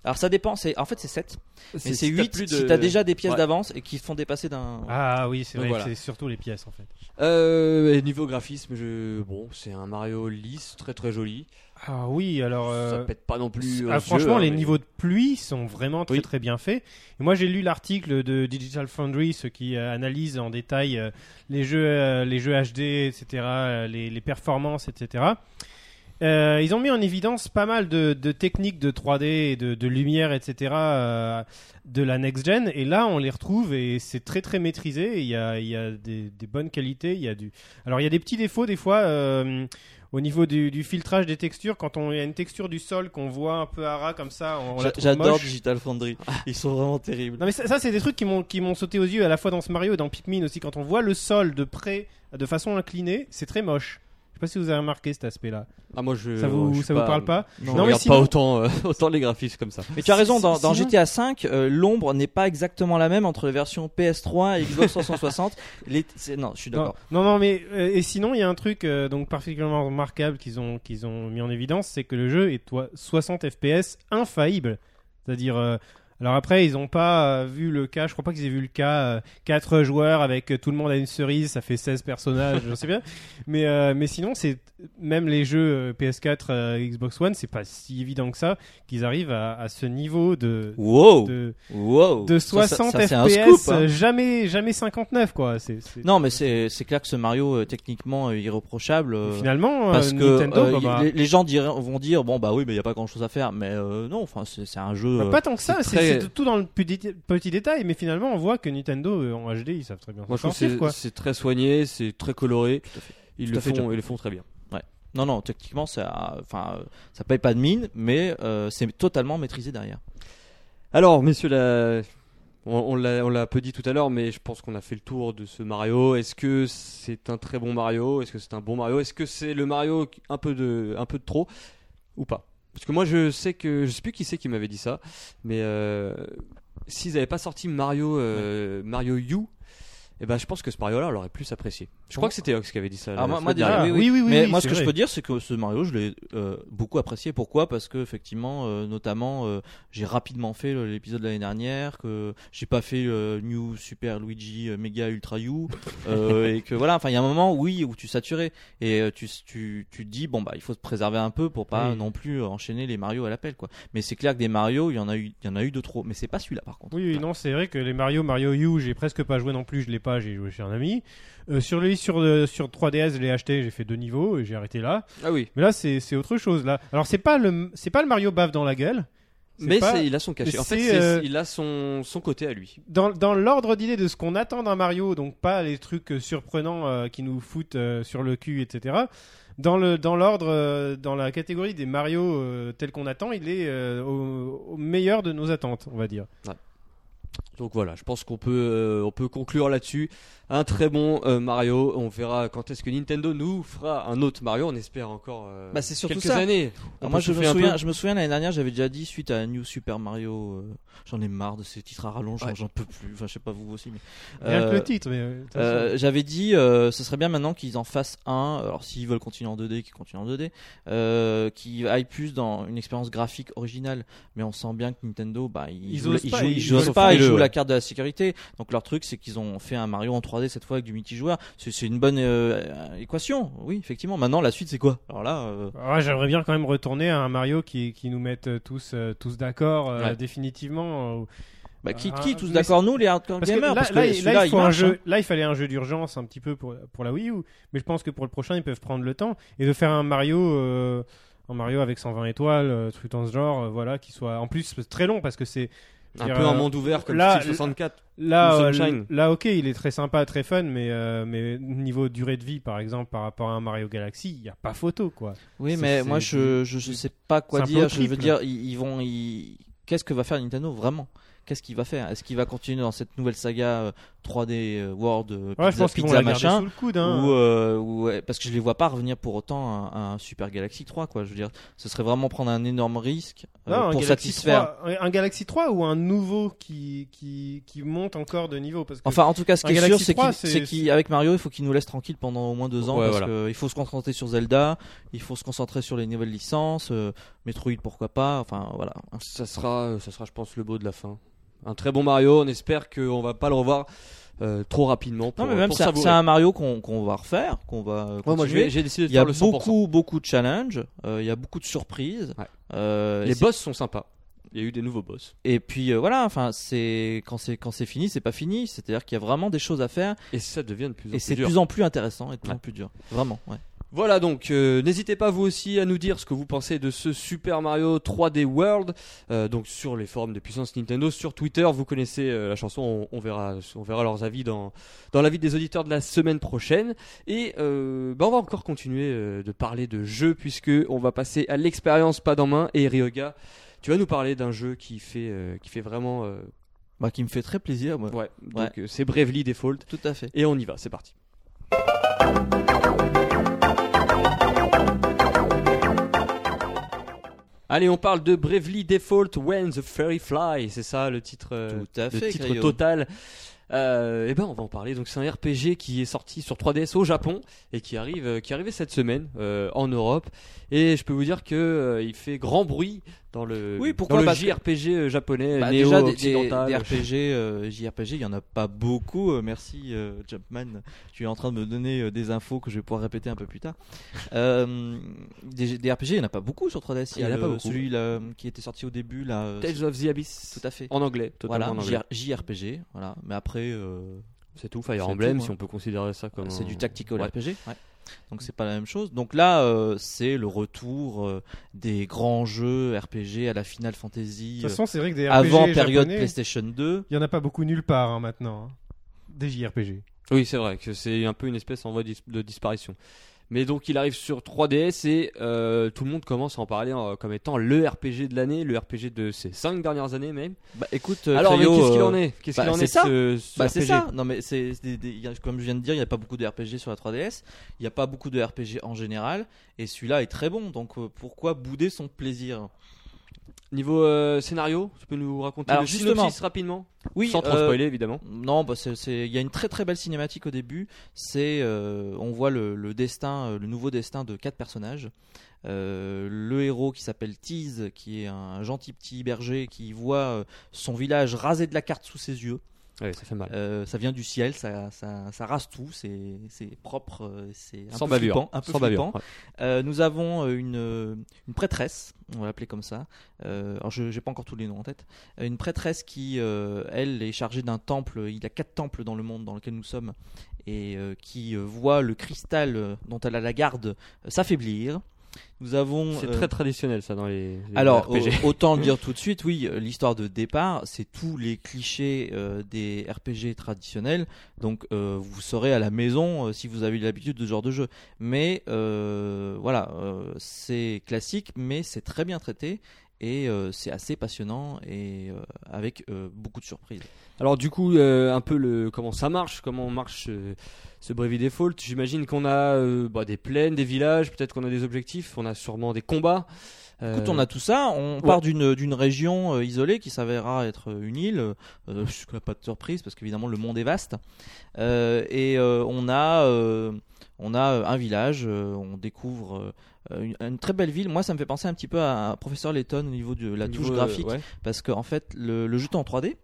Speaker 1: Alors ça dépend, c'est... en fait c'est 7. Mais c'est
Speaker 2: si t'as
Speaker 1: 8
Speaker 2: plus de-
Speaker 1: si t'as déjà des pièces
Speaker 2: Ouais.
Speaker 1: d'avance et qui font dépasser d'un.
Speaker 4: Ah oui, c'est
Speaker 2: Donc
Speaker 4: vrai.
Speaker 2: voilà.
Speaker 4: C'est surtout les pièces en fait.
Speaker 2: Euh, et niveau graphisme, je... bon, c'est un Mario lisse, très très joli.
Speaker 4: Ah oui, alors.
Speaker 2: Ça
Speaker 4: euh,
Speaker 2: pète pas non plus. aux
Speaker 4: Ah,
Speaker 2: yeux,
Speaker 4: franchement,
Speaker 2: hein,
Speaker 4: les
Speaker 2: mais-
Speaker 4: niveaux de pluie sont vraiment très
Speaker 2: Oui.
Speaker 4: très bien faits. Et moi, j'ai lu l'article de Digital Foundry, ceux qui euh, analysent en détail euh, les jeux, euh, les jeux HD, etc., euh, les, les performances, etc. Euh, ils ont mis en évidence pas mal de, de techniques de 3D et de, de lumière, etc. euh, de la next gen. Et là, on les retrouve et c'est très très maîtrisé. Il y a, il y a des, des bonnes qualités. Il y a du. Alors, il y a des petits défauts des fois. euh, au niveau du, du filtrage des textures, quand on il y a une texture du sol qu'on voit un peu à ras comme ça, on, on la
Speaker 1: J'a-
Speaker 4: trouve
Speaker 1: J'adore
Speaker 4: moche. Ah.
Speaker 1: Digital Foundry, ils sont vraiment terribles.
Speaker 4: Non mais ça, ça, c'est des trucs qui m'ont qui m'ont sauté aux yeux à la fois dans ce Mario et dans Pikmin aussi quand on voit le sol de près de façon inclinée, c'est très moche. Je sais pas si vous avez remarqué cet aspect-là.
Speaker 2: Ah, moi, je,
Speaker 4: ça vous
Speaker 2: je suis
Speaker 4: ça vous parle pas
Speaker 2: Je
Speaker 4: Non, mais
Speaker 2: regarde
Speaker 4: sinon-
Speaker 2: pas autant, euh, autant les graphismes comme ça.
Speaker 1: Mais tu as raison,
Speaker 4: Si-
Speaker 1: dans,
Speaker 4: si-
Speaker 1: dans
Speaker 4: sinon-
Speaker 1: GTA V, euh, l'ombre n'est pas exactement la même entre les versions PS3 et Xbox 360. Les- c'est- Non, je suis
Speaker 4: Non,
Speaker 1: d'accord.
Speaker 4: non, non, mais euh, et sinon il y a un truc euh, donc particulièrement remarquable qu'ils ont qu'ils ont mis en évidence, c'est que le jeu est toi 60 FPS infaillible. C'est-à-dire euh, alors après ils ont pas euh, vu le cas, je crois pas qu'ils aient vu le cas 4 joueurs avec euh, tout le monde à une cerise, ça fait 16 personnages, je sais bien. Mais euh, mais sinon c'est même les jeux euh, PS4 euh, Xbox One, c'est pas si évident que ça qu'ils arrivent à, à ce niveau de
Speaker 1: Wow,
Speaker 4: de,
Speaker 1: wow.
Speaker 4: de
Speaker 1: Ça,
Speaker 4: 60
Speaker 1: ça- ça, c'est un
Speaker 4: FPS,
Speaker 1: scoop, hein.
Speaker 4: euh, jamais jamais 59 quoi, c'est c'est-
Speaker 1: Non, mais c'est c'est clair que ce Mario euh, techniquement euh, irréprochable. euh,
Speaker 4: Finalement,
Speaker 1: parce
Speaker 4: euh,
Speaker 1: que
Speaker 4: Nintendo,
Speaker 1: euh,
Speaker 4: bah,
Speaker 1: y-
Speaker 4: bah,
Speaker 1: les, les gens diront- vont dire bon bah oui mais il y a pas grand chose à faire mais euh, non enfin c'est c'est un jeu
Speaker 4: bah,
Speaker 1: euh,
Speaker 4: pas tant que ça,
Speaker 2: c'est
Speaker 4: c'est
Speaker 2: très-
Speaker 4: c'est tout dans le petit, petit détail, mais finalement on voit que Nintendo euh, en HD ils savent très bien
Speaker 2: Moi, je
Speaker 4: s'en
Speaker 2: trouve que c'est-
Speaker 4: sortir, quoi.
Speaker 2: c'est très soigné, c'est très coloré.
Speaker 1: Tout à fait.
Speaker 2: Ils
Speaker 1: Tout
Speaker 2: le
Speaker 1: à fait,
Speaker 2: font,
Speaker 1: John.
Speaker 2: ils le font très bien.
Speaker 1: non non techniquement ça enfin euh, ça paye pas de mine mais euh, c'est totalement maîtrisé derrière
Speaker 2: Alors, messieurs, la- on, on l'a, on l'a un peu dit tout à l'heure, mais je pense qu'on a fait le tour de ce Mario. Est-ce que c'est un très bon Mario Est-ce que c'est un bon Mario Est-ce que c'est le Mario qui- un peu de, un peu de trop ou pas Parce que moi, je sais que je sais plus qui c'est qui m'avait dit ça, mais euh, s'ils n'avaient pas sorti Mario, euh, Mario U. Et ben, je pense que ce Mario-là, on l'aurait plus apprécié. Je crois que c'était Ox qui avait dit ça.
Speaker 1: Ah, moi-
Speaker 2: la semaine
Speaker 1: moi, déjà,
Speaker 2: dernière.
Speaker 1: oui,
Speaker 4: oui, oui,
Speaker 1: mais
Speaker 4: oui,
Speaker 1: moi
Speaker 4: c'est
Speaker 1: ce que je
Speaker 4: vrai.
Speaker 1: peux dire c'est que ce Mario je l'ai euh, beaucoup apprécié pourquoi parce que effectivement euh, notamment euh, j'ai rapidement fait le- l'épisode de l'année dernière que j'ai pas fait euh, New Super Luigi euh, Mega Ultra U euh, et que voilà enfin il y a un moment oui où tu saturais et euh, tu tu tu te dis bon bah il faut se préserver un peu pour pas
Speaker 4: Oui.
Speaker 1: non plus euh, enchaîner les Mario à l'appel quoi mais c'est clair que des Mario il y en a eu il y en a eu de trop mais c'est pas celui-là par contre
Speaker 4: Oui, oui, non, c'est vrai que les Mario, Mario U, j'ai presque pas joué non plus, je l'ai pas, j'ai joué chez un ami. Euh, sur les sur euh, sur 3DS, je l'ai acheté, j'ai fait deux niveaux et j'ai arrêté là.
Speaker 2: Ah oui.
Speaker 4: Mais là, c'est c'est autre chose là. Alors c'est pas le c'est pas le Mario bave dans la gueule. C'est
Speaker 2: Mais
Speaker 4: pas-
Speaker 2: c'est- il a son cachet. En fait,
Speaker 4: c'est,
Speaker 2: c'est-
Speaker 4: euh,
Speaker 2: il a son, son côté à lui.
Speaker 4: dans, dans l'ordre d'idée de ce qu'on attend d'un Mario, donc pas les trucs euh, surprenants euh, qui nous foutent euh, sur le cul, etc. Dans le dans l'ordre, euh, dans la catégorie des Mario euh, tels qu'on attend, il est euh, au, au meilleur de nos attentes, on va dire.
Speaker 2: Donc voilà, je pense qu'on peut, euh, on peut conclure là-dessus. un très bon euh, Mario. On verra quand est-ce que Nintendo nous fera un autre Mario. On espère encore euh,
Speaker 1: Bah, c'est surtout
Speaker 2: quelques
Speaker 1: ça.
Speaker 2: années.
Speaker 1: Alors
Speaker 2: On
Speaker 1: Ah, moi
Speaker 2: peut
Speaker 1: je me,
Speaker 2: souffler un peu.
Speaker 1: souviens, je me souviens l'année dernière j'avais déjà dit suite à New Super Mario euh, j'en ai marre de ces titres à rallonge
Speaker 2: Ouais.
Speaker 1: j'en peux plus enfin je sais pas vous aussi mais
Speaker 4: Rien
Speaker 1: euh,
Speaker 4: que le titre, mais. euh, de toute façon.
Speaker 1: euh, j'avais dit euh, ce serait bien maintenant qu'ils en fassent un alors s'ils veulent continuer en 2D qu'ils continuent en 2D euh, qui aille plus dans une expérience graphique originale mais on sent bien que Nintendo bah ils,
Speaker 4: Ils
Speaker 1: jouent,
Speaker 4: osent
Speaker 1: ils
Speaker 4: pas,
Speaker 1: jouent-
Speaker 4: ils
Speaker 1: ils jouent
Speaker 4: veulent
Speaker 1: pas, ils
Speaker 4: faire le-
Speaker 1: jouent la carte de la sécurité donc leur truc c'est qu'ils ont fait un Mario en 3D cette fois avec du multijoueur c'est c'est une bonne euh, équation oui effectivement maintenant la suite c'est quoi alors là euh,
Speaker 4: Ouais, Ah, J'aimerais bien quand même retourner à un Mario qui, qui nous mette euh, tous, euh, tous d'accord euh,
Speaker 2: Ouais.
Speaker 4: définitivement. euh,
Speaker 1: Bah, qui,
Speaker 4: Ah,
Speaker 1: qui tous
Speaker 4: mais
Speaker 1: d'accord nous les hardcore
Speaker 4: Parce que
Speaker 1: gamers
Speaker 4: là,
Speaker 1: parce que
Speaker 4: là, il-
Speaker 1: celui-là,
Speaker 4: là, il faut un
Speaker 1: marche,
Speaker 4: jeu-
Speaker 1: hein.
Speaker 4: là, il fallait un jeu d'urgence un petit peu pour, pour la Wii U, mais je pense que pour le prochain ils peuvent prendre le temps et de faire un Mario, euh, un Mario avec 120 étoiles, euh, truc dans ce genre, euh, voilà, qui soit en plus c'est très long parce que c'est
Speaker 2: un
Speaker 4: dire,
Speaker 2: peu un
Speaker 4: euh,
Speaker 2: monde ouvert comme
Speaker 4: là,
Speaker 2: Steel 64.
Speaker 4: Là,
Speaker 2: Ou
Speaker 4: euh,
Speaker 2: Sunshine.
Speaker 4: là, ok, il est très sympa, très fun, mais, euh, mais niveau durée de vie, par exemple, par rapport à un Mario Galaxy, il n'y a pas photo, quoi.
Speaker 1: oui
Speaker 4: c'est-
Speaker 1: mais
Speaker 4: c'est-
Speaker 1: moi je, je je sais pas quoi
Speaker 4: c'est un peu
Speaker 1: dire
Speaker 4: au
Speaker 1: je veux
Speaker 4: triple.
Speaker 1: dire ils, ils vont ils- qu'est-ce que va faire Nintendo vraiment qu'est-ce qu'il va faire est-ce qu'il va continuer dans cette nouvelle saga euh, 3D euh, World euh,
Speaker 4: Ouais, je
Speaker 1: pizza,
Speaker 4: pense qu'ils vont
Speaker 1: pizza
Speaker 4: la garder
Speaker 1: machin
Speaker 4: sous le coude. Hein.
Speaker 1: ou, euh, ou, euh, parce que je les vois pas revenir pour autant à, à un Super Galaxy 3 quoi je veux dire ce serait vraiment prendre un énorme risque euh,
Speaker 4: Non, un
Speaker 1: pour
Speaker 4: Galaxy
Speaker 1: satisfaire
Speaker 4: 3, un, un Galaxy 3 ou un nouveau qui, qui, qui monte encore de niveau parce que
Speaker 1: Enfin, en tout cas, ce
Speaker 4: Un
Speaker 1: qui est sûr,
Speaker 4: Galaxy
Speaker 1: c'est
Speaker 4: 3,
Speaker 1: qu'il-
Speaker 4: c'est-
Speaker 1: c'est qu'avec Mario, il faut qu'il nous laisse tranquille pendant au moins deux ans.
Speaker 2: Ouais,
Speaker 1: parce
Speaker 2: voilà.
Speaker 1: qu'il faut se concentrer sur Zelda, il faut se concentrer sur les nouvelles licences, euh, Metroid, pourquoi pas. Enfin, voilà.
Speaker 2: Ça sera, ça sera, je pense, le beau de la fin. Un très bon Mario. On espère qu'on va pas le revoir euh, trop rapidement. Pour,
Speaker 1: Non, mais même
Speaker 2: pour
Speaker 1: c'est
Speaker 2: savourer.
Speaker 1: c'est un Mario qu'on qu'on va refaire, qu'on va. euh,
Speaker 2: Ouais, moi,
Speaker 1: continuer.
Speaker 2: j'ai j'ai décidé de
Speaker 1: il y a
Speaker 2: faire le 100%.
Speaker 1: beaucoup, beaucoup de challenges, euh, il y a beaucoup de surprises.
Speaker 2: Ouais.
Speaker 1: euh, et
Speaker 2: Les
Speaker 1: c'est-
Speaker 2: boss sont sympas. Il y a eu des nouveaux boss.
Speaker 1: et puis euh, voilà, enfin, c'est quand c'est quand c'est fini, c'est pas fini. C'est-à-dire qu'il y a vraiment des choses à faire
Speaker 2: Et ça devient de plus en
Speaker 1: et
Speaker 2: plus
Speaker 1: c'est de
Speaker 2: dur.
Speaker 1: plus en plus intéressant et de plus en
Speaker 2: Ouais.
Speaker 1: plus dur. Vraiment. Ouais.
Speaker 2: Voilà donc, euh, n'hésitez pas vous aussi à nous dire ce que vous pensez de ce Super Mario 3D World, euh, donc sur les forums de puissance Nintendo, sur Twitter, vous connaissez euh, la chanson, on, on verra, on verra leurs avis dans, dans l'avis des auditeurs de la semaine prochaine. Et euh, bah, on va encore continuer euh, de parler de jeux, puisque on va passer à l'expérience pas dans main, et Ryoga, tu vas nous parler d'un jeu qui fait, euh, qui fait vraiment... euh,
Speaker 1: Bah, qui me fait très plaisir. moi.
Speaker 2: ouais, donc euh, c'est Bravely Default,
Speaker 1: Tout à fait.
Speaker 2: et on y va, c'est parti. Allez, on parle de Bravely Default When the Fairy Fly, c'est ça le titre, euh,
Speaker 1: Tout à
Speaker 2: le
Speaker 1: fait,
Speaker 2: titre
Speaker 1: Crayon.
Speaker 2: total. Euh, eh ben, on va en parler. Donc, c'est un RPG qui est sorti sur 3DS au Japon et qui arrive, euh, qui est arrivé cette semaine euh, en Europe. Et je peux vous dire que euh, il fait grand bruit dans le,
Speaker 1: Oui, pourquoi
Speaker 2: dans le
Speaker 1: Parce que-
Speaker 2: JRPG euh, japonais
Speaker 1: Bah,
Speaker 2: néo
Speaker 1: déjà des, des-
Speaker 2: occidental.
Speaker 1: des RPG, euh, JRPG, il y en a pas beaucoup. euh, merci euh, Jumpman, tu es en train de me donner euh, des infos que je vais pouvoir répéter un peu plus tard. Euh, des, des RPG, il y en a pas beaucoup sur 3DS.
Speaker 2: Il y en a
Speaker 1: le-
Speaker 2: pas beaucoup.
Speaker 1: Celui là, qui était sorti au début là. euh,
Speaker 2: Tales of the Abyss.
Speaker 1: Tout à fait.
Speaker 2: En anglais, totalement
Speaker 1: Voilà,
Speaker 2: en anglais.
Speaker 1: JR- JRPG, voilà. Mais après, euh,
Speaker 2: C'est tout, Fire
Speaker 1: C'est
Speaker 2: Emblem,
Speaker 1: tout,
Speaker 2: si
Speaker 1: hein.
Speaker 2: on peut considérer ça comme.
Speaker 1: c'est
Speaker 2: un-
Speaker 1: du tactical
Speaker 2: Ouais.
Speaker 1: RPG. ouais. Donc c'est pas la même chose. Donc là, euh, c'est le retour euh, des grands jeux RPG à la Final
Speaker 4: de
Speaker 1: Fantasy
Speaker 4: toute
Speaker 1: euh,
Speaker 4: façon, c'est vrai que des RPG
Speaker 1: avant période
Speaker 4: japonais,
Speaker 1: PlayStation 2.
Speaker 4: il y en a pas beaucoup nulle part hein, maintenant. hein. Des JRPG.
Speaker 2: Oui, c'est vrai que c'est un peu une espèce en voie dis- de disparition. Mais donc il arrive sur 3DS et euh, tout le monde commence à en parler euh, comme étant le RPG de l'année, le RPG de ces 5 dernières années même.
Speaker 1: Bah écoute,
Speaker 2: Alors mais
Speaker 1: Crayo,
Speaker 2: qu'est-ce qu'il
Speaker 1: euh,
Speaker 2: en est Qu'est-ce
Speaker 1: bah,
Speaker 2: qu'il en
Speaker 1: c'est
Speaker 2: est
Speaker 1: ça.
Speaker 2: de ce, ce
Speaker 1: Bah c'est
Speaker 2: RPG?
Speaker 1: ça. Non mais c'est c'est des- des- il y a- comme je viens de dire, il n'y a pas beaucoup de RPG sur la 3DS. Il n'y a pas beaucoup de RPG en général. Et celui-là est très bon. Donc euh, pourquoi bouder son plaisir
Speaker 2: Niveau euh, scénario, tu peux nous raconter
Speaker 1: Alors,
Speaker 2: le
Speaker 1: justement.
Speaker 2: synopsis rapidement
Speaker 1: Oui.
Speaker 2: Sans trop
Speaker 1: euh,
Speaker 2: spoiler évidemment.
Speaker 1: Non, bah c'est- c'est- il y a une très très belle cinématique au début. C'est, euh, on voit le, le destin, euh, le nouveau destin de quatre personnages. Euh, le héros qui s'appelle Tease, qui est un gentil petit berger qui voit euh, son village rasé de la carte sous ses yeux.
Speaker 2: Ouais, ça fait mal.
Speaker 1: Euh, ça vient du ciel, ça, ça, ça rase tout, c'est c'est propre, euh, c'est un
Speaker 2: Sans
Speaker 1: peu
Speaker 2: bavure.
Speaker 1: flippant. un peu
Speaker 2: Sans bavure.
Speaker 1: flippant. Euh, nous avons euh, une, euh, une prêtresse, on va l'appeler comme ça. Euh, alors, je n'ai pas encore tous les noms en tête. Euh, Une prêtresse qui, euh, elle, est chargée d'un temple. Il y a quatre temples dans le monde dans lequel nous sommes. Et euh, qui euh, voit le cristal euh, dont elle a la garde euh, s'affaiblir. Nous
Speaker 2: ouais.
Speaker 1: avons.
Speaker 2: C'est
Speaker 1: euh,
Speaker 2: très traditionnel ça dans les, les
Speaker 1: alors,
Speaker 2: RPG.
Speaker 1: au- autant le dire tout de suite, oui, euh, l'histoire de départ, c'est tous les clichés euh, des RPG traditionnels. Donc, euh, vous serez à la maison euh, si vous avez l'habitude de ce genre de jeu. Mais euh, voilà, euh, c'est classique, mais c'est très bien traité. Et euh, c'est assez passionnant et euh, avec euh, beaucoup de surprises.
Speaker 2: Alors du coup, euh, un peu le comment ça marche, comment marche euh, ce Bravely Default. J'imagine qu'on a euh, bah, des plaines, des villages, peut-être qu'on a des objectifs, on a sûrement des combats. Euh,
Speaker 1: Écoute, on a tout ça. On part d'une d'une région euh, isolée qui s'avérera être euh, une île. Euh, jusque-là, pas de surprise parce qu'évidemment le monde est vaste. Euh, et euh, on a euh, on a euh, un village. euh, on découvre euh, une, une très belle ville. Moi, ça me fait penser un petit peu à, à Professeur Layton au niveau de la
Speaker 2: niveau,
Speaker 1: touche
Speaker 2: euh,
Speaker 1: graphique
Speaker 2: ouais.
Speaker 1: parce qu'en en fait le, le jeu est en 3D.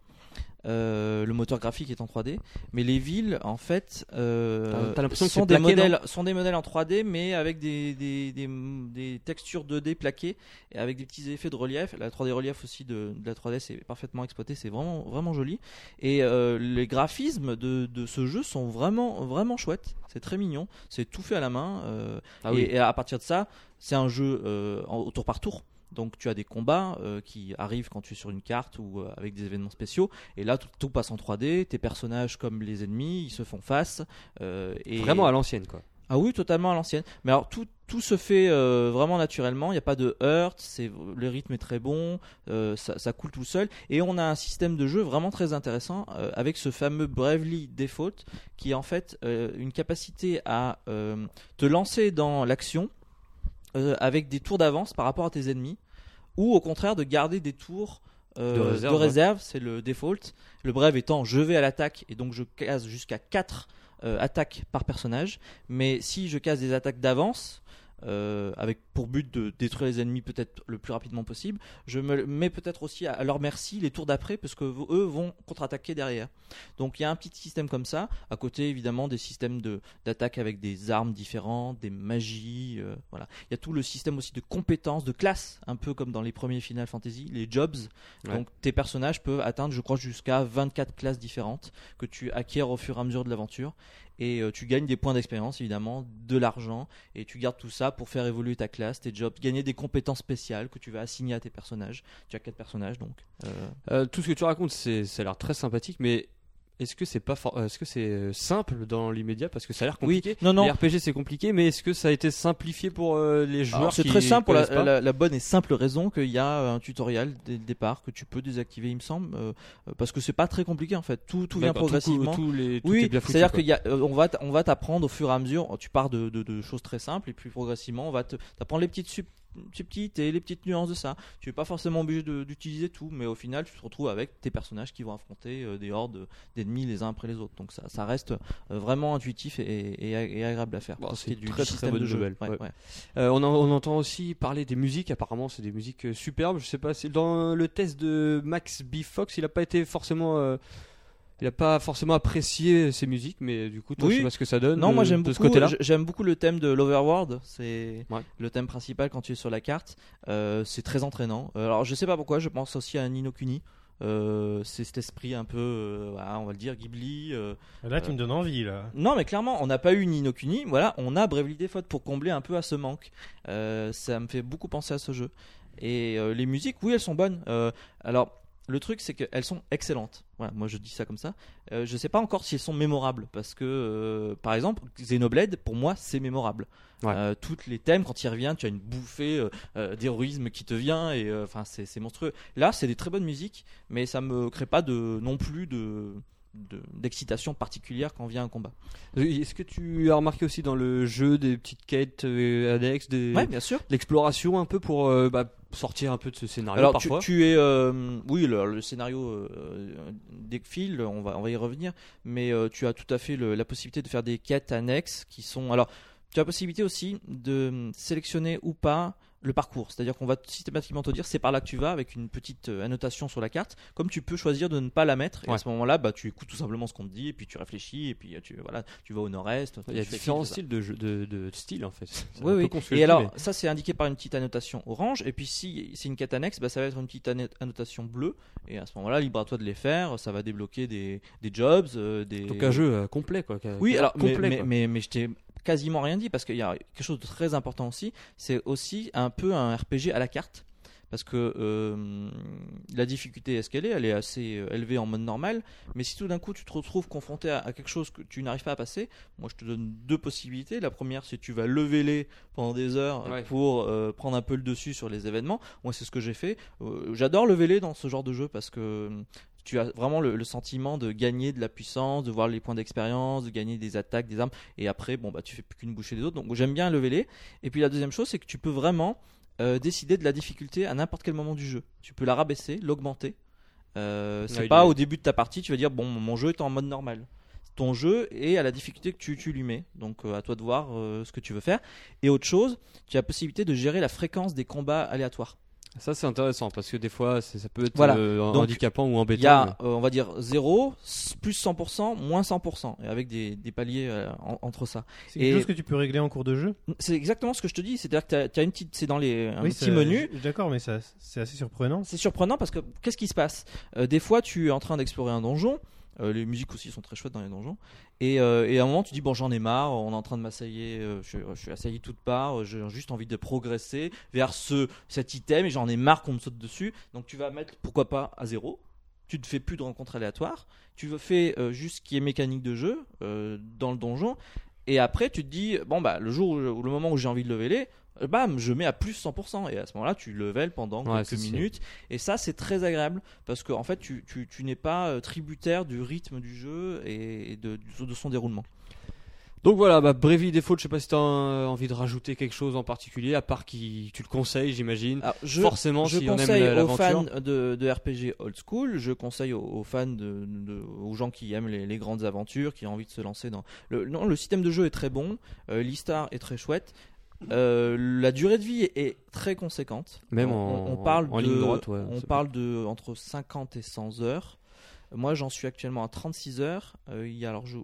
Speaker 1: euh, le moteur graphique est en 3D, mais les villes en fait euh,
Speaker 2: T'as- t'as l'impression que
Speaker 1: sont
Speaker 2: c'est
Speaker 1: des
Speaker 2: plaqué,
Speaker 1: modèles sont des modèles en 3D mais avec des des, des, des textures 2D plaquées et avec des petits effets de relief. La 3D relief aussi de, de la 3D c'est parfaitement exploité, c'est vraiment vraiment joli et euh, les graphismes de, de ce jeu sont vraiment vraiment chouettes. C'est très mignon, c'est tout fait à la main. euh,
Speaker 2: Ah
Speaker 1: et,
Speaker 2: oui.
Speaker 1: et à partir de ça, c'est un jeu euh, en- au tour par tour. Donc tu as des combats euh, qui arrivent quand tu es sur une carte ou euh, avec des événements spéciaux. Et là, tout, tout passe en 3D. Tes personnages comme les ennemis, ils se font face. euh, et...
Speaker 2: Vraiment à l'ancienne, quoi.
Speaker 1: Ah oui, totalement à l'ancienne. Mais alors tout, tout se fait euh, vraiment naturellement, il n'y a pas de heurts, c'est le rythme est très bon, euh, ça, ça coule tout seul. Et on a un système de jeu vraiment très intéressant euh, avec ce fameux Bravely Default qui est en fait euh, une capacité à euh, te lancer dans l'action euh, avec des tours d'avance par rapport à tes ennemis ou au contraire de garder des tours euh,
Speaker 2: De réserve, ouais.
Speaker 1: réserve, c'est le default. Le bref étant je vais à l'attaque et donc je case jusqu'à 4 attaques par personnage. Mais si je casse des attaques d'avance, euh, avec pour but de détruire les ennemis peut-être le plus rapidement possible, je me mets peut-être aussi à leur merci les tours d'après parce que vo- eux vont contre-attaquer derrière. Donc il y a un petit système comme ça, à côté évidemment des systèmes de d'attaque avec des armes différentes, des magies, euh, voilà. Il y a tout le système aussi de compétences, de classes, un peu comme dans les premiers Final Fantasy, les jobs.
Speaker 2: Ouais.
Speaker 1: Donc tes personnages peuvent atteindre, je crois, jusqu'à 24 classes différentes que tu acquiers au fur et à mesure de l'aventure. Et euh, tu gagnes des points d'expérience, évidemment, de l'argent, et tu gardes tout ça pour faire évoluer ta classe, tes jobs, gagner des compétences spéciales que tu vas assigner à tes personnages. Tu as quatre personnages, donc. euh,
Speaker 2: Euh, tout ce que tu racontes, c'est, ça a l'air très sympathique, mais est-ce que c'est pas, for- euh, est-ce que c'est euh, simple dans l'immédiat parce que ça a l'air compliqué.
Speaker 1: non, non,
Speaker 2: Les RPG c'est compliqué, mais est-ce que ça a été simplifié pour euh, les joueurs
Speaker 1: Alors, c'est
Speaker 2: qui
Speaker 1: très simple pour la,
Speaker 2: connaissent pas
Speaker 1: la- la bonne et simple raison qu'il y a euh, un tutoriel dès le départ que tu peux désactiver, il me semble, euh, euh, parce que c'est pas très compliqué en fait. Tout, tout vient
Speaker 2: D'accord,
Speaker 1: progressivement.
Speaker 2: Tout, tout les, tout est
Speaker 1: oui,
Speaker 2: bien foutu,
Speaker 1: c'est-à-dire
Speaker 2: quoi.
Speaker 1: qu'il y a, euh, on va, t- on va t'apprendre au fur et à mesure. Tu pars de, de- de choses très simples et puis progressivement, on va te- t'apprendre les petites sub- subtilités, les petites nuances de ça. Tu n'es pas forcément obligé de- d'utiliser tout, mais au final, tu te retrouves avec tes personnages qui vont affronter euh, des hordes d'ennemis les uns après les autres. Donc ça, ça reste euh, vraiment intuitif et, et- et agréable à faire.
Speaker 2: Bon,
Speaker 1: pour ce qui est
Speaker 2: c'est
Speaker 1: du,
Speaker 2: très,
Speaker 1: du
Speaker 2: très
Speaker 1: système
Speaker 2: bonne
Speaker 1: de jeu.
Speaker 2: nouvelle,
Speaker 1: Ouais,
Speaker 2: ouais.
Speaker 1: ouais.
Speaker 2: Euh, on, en- on entend aussi parler des musiques. Apparemment, c'est des musiques euh, superbes. Je sais pas. C'est dans le test de Max B Fox, il a pas été forcément, euh, il a pas forcément apprécié ces musiques, mais du coup, toi,
Speaker 1: Oui.
Speaker 2: je sais pas ce que ça donne.
Speaker 1: Non,
Speaker 2: de,
Speaker 1: moi j'aime
Speaker 2: de
Speaker 1: beaucoup.
Speaker 2: ce côté-là.
Speaker 1: j- J'aime beaucoup le thème de l'Overworld. C'est
Speaker 2: Ouais.
Speaker 1: le thème principal quand tu es sur la carte. Euh, c'est très entraînant. Euh, Alors je sais pas pourquoi. Je pense aussi à Nino Kuni. Euh, c'est cet esprit un peu, euh, voilà, on va le dire, Ghibli. euh.
Speaker 4: Là, tu me donnes envie, là.
Speaker 1: Non, mais clairement, on n'a pas eu Nino Kuni. Voilà, on a Bravely Default pour combler un peu à ce manque. Euh, ça me fait beaucoup penser à ce jeu. Et euh, les musiques, oui, elles sont bonnes. Euh, alors, le truc, c'est qu'elles sont excellentes. Voilà, moi je dis ça comme ça. Euh, je sais pas encore si elles sont mémorables. Parce que, euh, par exemple, Xenoblade, pour moi, c'est mémorable.
Speaker 2: Ouais.
Speaker 1: Euh, toutes les thèmes, quand il revient, tu as une bouffée euh, euh, d'héroïsme qui te vient. Et euh, enfin, c'est c'est monstrueux. Là, c'est des très bonnes musiques. Mais ça me crée pas de, non plus de de- d'excitation particulière quand vient un combat.
Speaker 2: Euh, Est-ce que tu as remarqué aussi dans le jeu des petites quêtes euh, annexes, des,
Speaker 1: Ouais, bien sûr.
Speaker 2: l'exploration un peu pour euh, bah, sortir un peu de ce scénario
Speaker 1: Alors tu,
Speaker 2: parfois
Speaker 1: tu es, euh, oui, le, le scénario euh, défile, on va, on va y revenir, mais euh, tu as tout à fait le- la possibilité de faire des quêtes annexes qui sont. Alors, tu as la possibilité aussi de sélectionner ou pas le parcours, c'est-à-dire qu'on va systématiquement te dire c'est par là que tu vas avec une petite euh, annotation sur la carte, comme tu peux choisir de ne pas la mettre. Et
Speaker 2: Ouais.
Speaker 1: à ce moment-là, bah tu écoutes tout simplement ce qu'on te dit, et puis tu réfléchis, et puis euh, tu voilà, tu vas au nord-est.
Speaker 2: Il y a
Speaker 1: tu fais ci,
Speaker 2: différents
Speaker 1: tu fais ça.
Speaker 2: styles de, jeu, de, de style en fait. C'est
Speaker 1: Oui,
Speaker 2: un peu
Speaker 1: oui.
Speaker 2: con ce que je
Speaker 1: Et
Speaker 2: dis,
Speaker 1: alors,
Speaker 2: mais-
Speaker 1: ça c'est indiqué par une petite annotation orange. Et puis si c'est une quête annexe, bah, ça va être une petite anne- annotation bleue. Et à ce moment-là, libre à toi de les faire. Ça va débloquer des, des jobs, euh, des.
Speaker 2: donc un jeu euh, complet quoi. qui a-
Speaker 1: Oui,
Speaker 2: qui a
Speaker 1: alors,
Speaker 2: l'air
Speaker 1: mais,
Speaker 2: complet,
Speaker 1: mais,
Speaker 2: quoi.
Speaker 1: mais, mais je t'ai quasiment rien dit parce qu'il y a quelque chose de très important aussi. C'est aussi un peu un RPG à la carte. Parce que euh, la difficulté est ce qu'elle est, elle est assez euh, élevée en mode normal, mais si tout d'un coup tu te retrouves confronté à, à quelque chose que tu n'arrives pas à passer, moi je te donne deux possibilités. La première, c'est tu vas lever les pendant des heures
Speaker 2: Ouais.
Speaker 1: pour euh, prendre un peu le dessus sur les événements. Moi c'est ce que j'ai fait. Euh, J'adore lever les dans ce genre de jeu parce que hum, tu as vraiment le, le sentiment de gagner de la puissance, de voir les points d'expérience, de gagner des attaques, des armes, et après bon bah tu fais plus qu'une bouchée des autres. Donc j'aime bien lever les. Et puis la deuxième chose, c'est que tu peux vraiment euh, décider de la difficulté à n'importe quel moment du jeu. Tu peux la rabaisser, l'augmenter. Euh, c'est
Speaker 2: Ouais, il
Speaker 1: pas
Speaker 2: est-
Speaker 1: au début de ta partie, tu vas dire bon, mon jeu est en mode normal. Ton jeu est à la difficulté que tu, tu lui mets. Donc euh, à toi de voir euh, ce que tu veux faire. Et autre chose, tu as la possibilité de gérer la fréquence des combats aléatoires.
Speaker 2: Ça, c'est intéressant parce que des fois, c'est- ça peut être
Speaker 1: Voilà.
Speaker 2: euh,
Speaker 1: Donc,
Speaker 2: handicapant ou
Speaker 1: Il
Speaker 2: embêtant.
Speaker 1: y a,
Speaker 2: mais-
Speaker 1: euh, on va dire, 0, plus 100%, moins 100%, et avec des, des paliers euh, en- entre ça.
Speaker 4: C'est quelque
Speaker 1: Et-
Speaker 4: chose que tu peux régler en cours de jeu.
Speaker 1: C'est exactement ce que je te dis, c'est-à-dire que t'as- t'as une petite, c'est dans les, un
Speaker 4: oui,
Speaker 1: petit
Speaker 4: ça-
Speaker 1: menu,
Speaker 4: j- D'accord, mais ça, c'est assez surprenant.
Speaker 1: C'est surprenant parce que qu'est-ce qui se passe Euh, Des fois, tu es en train d'explorer un donjon. euh, les musiques aussi sont très chouettes dans les donjons. Et, euh, et à un moment, tu dis Bon, j'en ai marre, on est en train de m'assailler, euh, je, je suis assailli de toutes parts, euh, j'ai juste envie de progresser vers ce, cet item et j'en ai marre qu'on me saute dessus. Donc, tu vas mettre pourquoi pas à zéro. Tu ne fais plus de rencontres aléatoires. Tu fais euh, juste ce qui est mécanique de jeu euh, dans le donjon. Et après, tu te dis Bon, bah, le jour où- ou le moment où j'ai envie de leveler, euh, bam, je mets à plus 100%. Et à ce moment-là, tu level pendant
Speaker 2: Ouais,
Speaker 1: quelques
Speaker 2: c'est- c'est-
Speaker 1: minutes. Et ça, c'est très agréable parce que en fait, tu, tu, tu n'es pas euh, tributaire du rythme du jeu et de, du- de son déroulement.
Speaker 2: Donc voilà, bah, Brévi Default, je sais pas si t'as euh, envie de rajouter quelque chose en particulier, à part qui tu le conseilles, j'imagine.
Speaker 1: Alors, je,
Speaker 2: Forcément,
Speaker 1: je
Speaker 2: si on aime
Speaker 1: conseille
Speaker 2: la-
Speaker 1: aux fans
Speaker 2: l'aventure.
Speaker 1: de, de RPG old school, je conseille aux, aux fans, de, de- aux gens qui aiment les, les grandes aventures, qui ont envie de se lancer dans. Le, non, le système de jeu est très bon, euh, l'histar est très chouette. euh, la durée de vie est, est très conséquente.
Speaker 2: Même
Speaker 1: on,
Speaker 2: en-
Speaker 1: on- on parle
Speaker 2: en
Speaker 1: de,
Speaker 2: ligne droite, ouais,
Speaker 1: on
Speaker 2: c'est-
Speaker 1: parle de entre 50 et 100 heures. Moi, j'en suis actuellement à 36 heures. Euh, il y a alors je-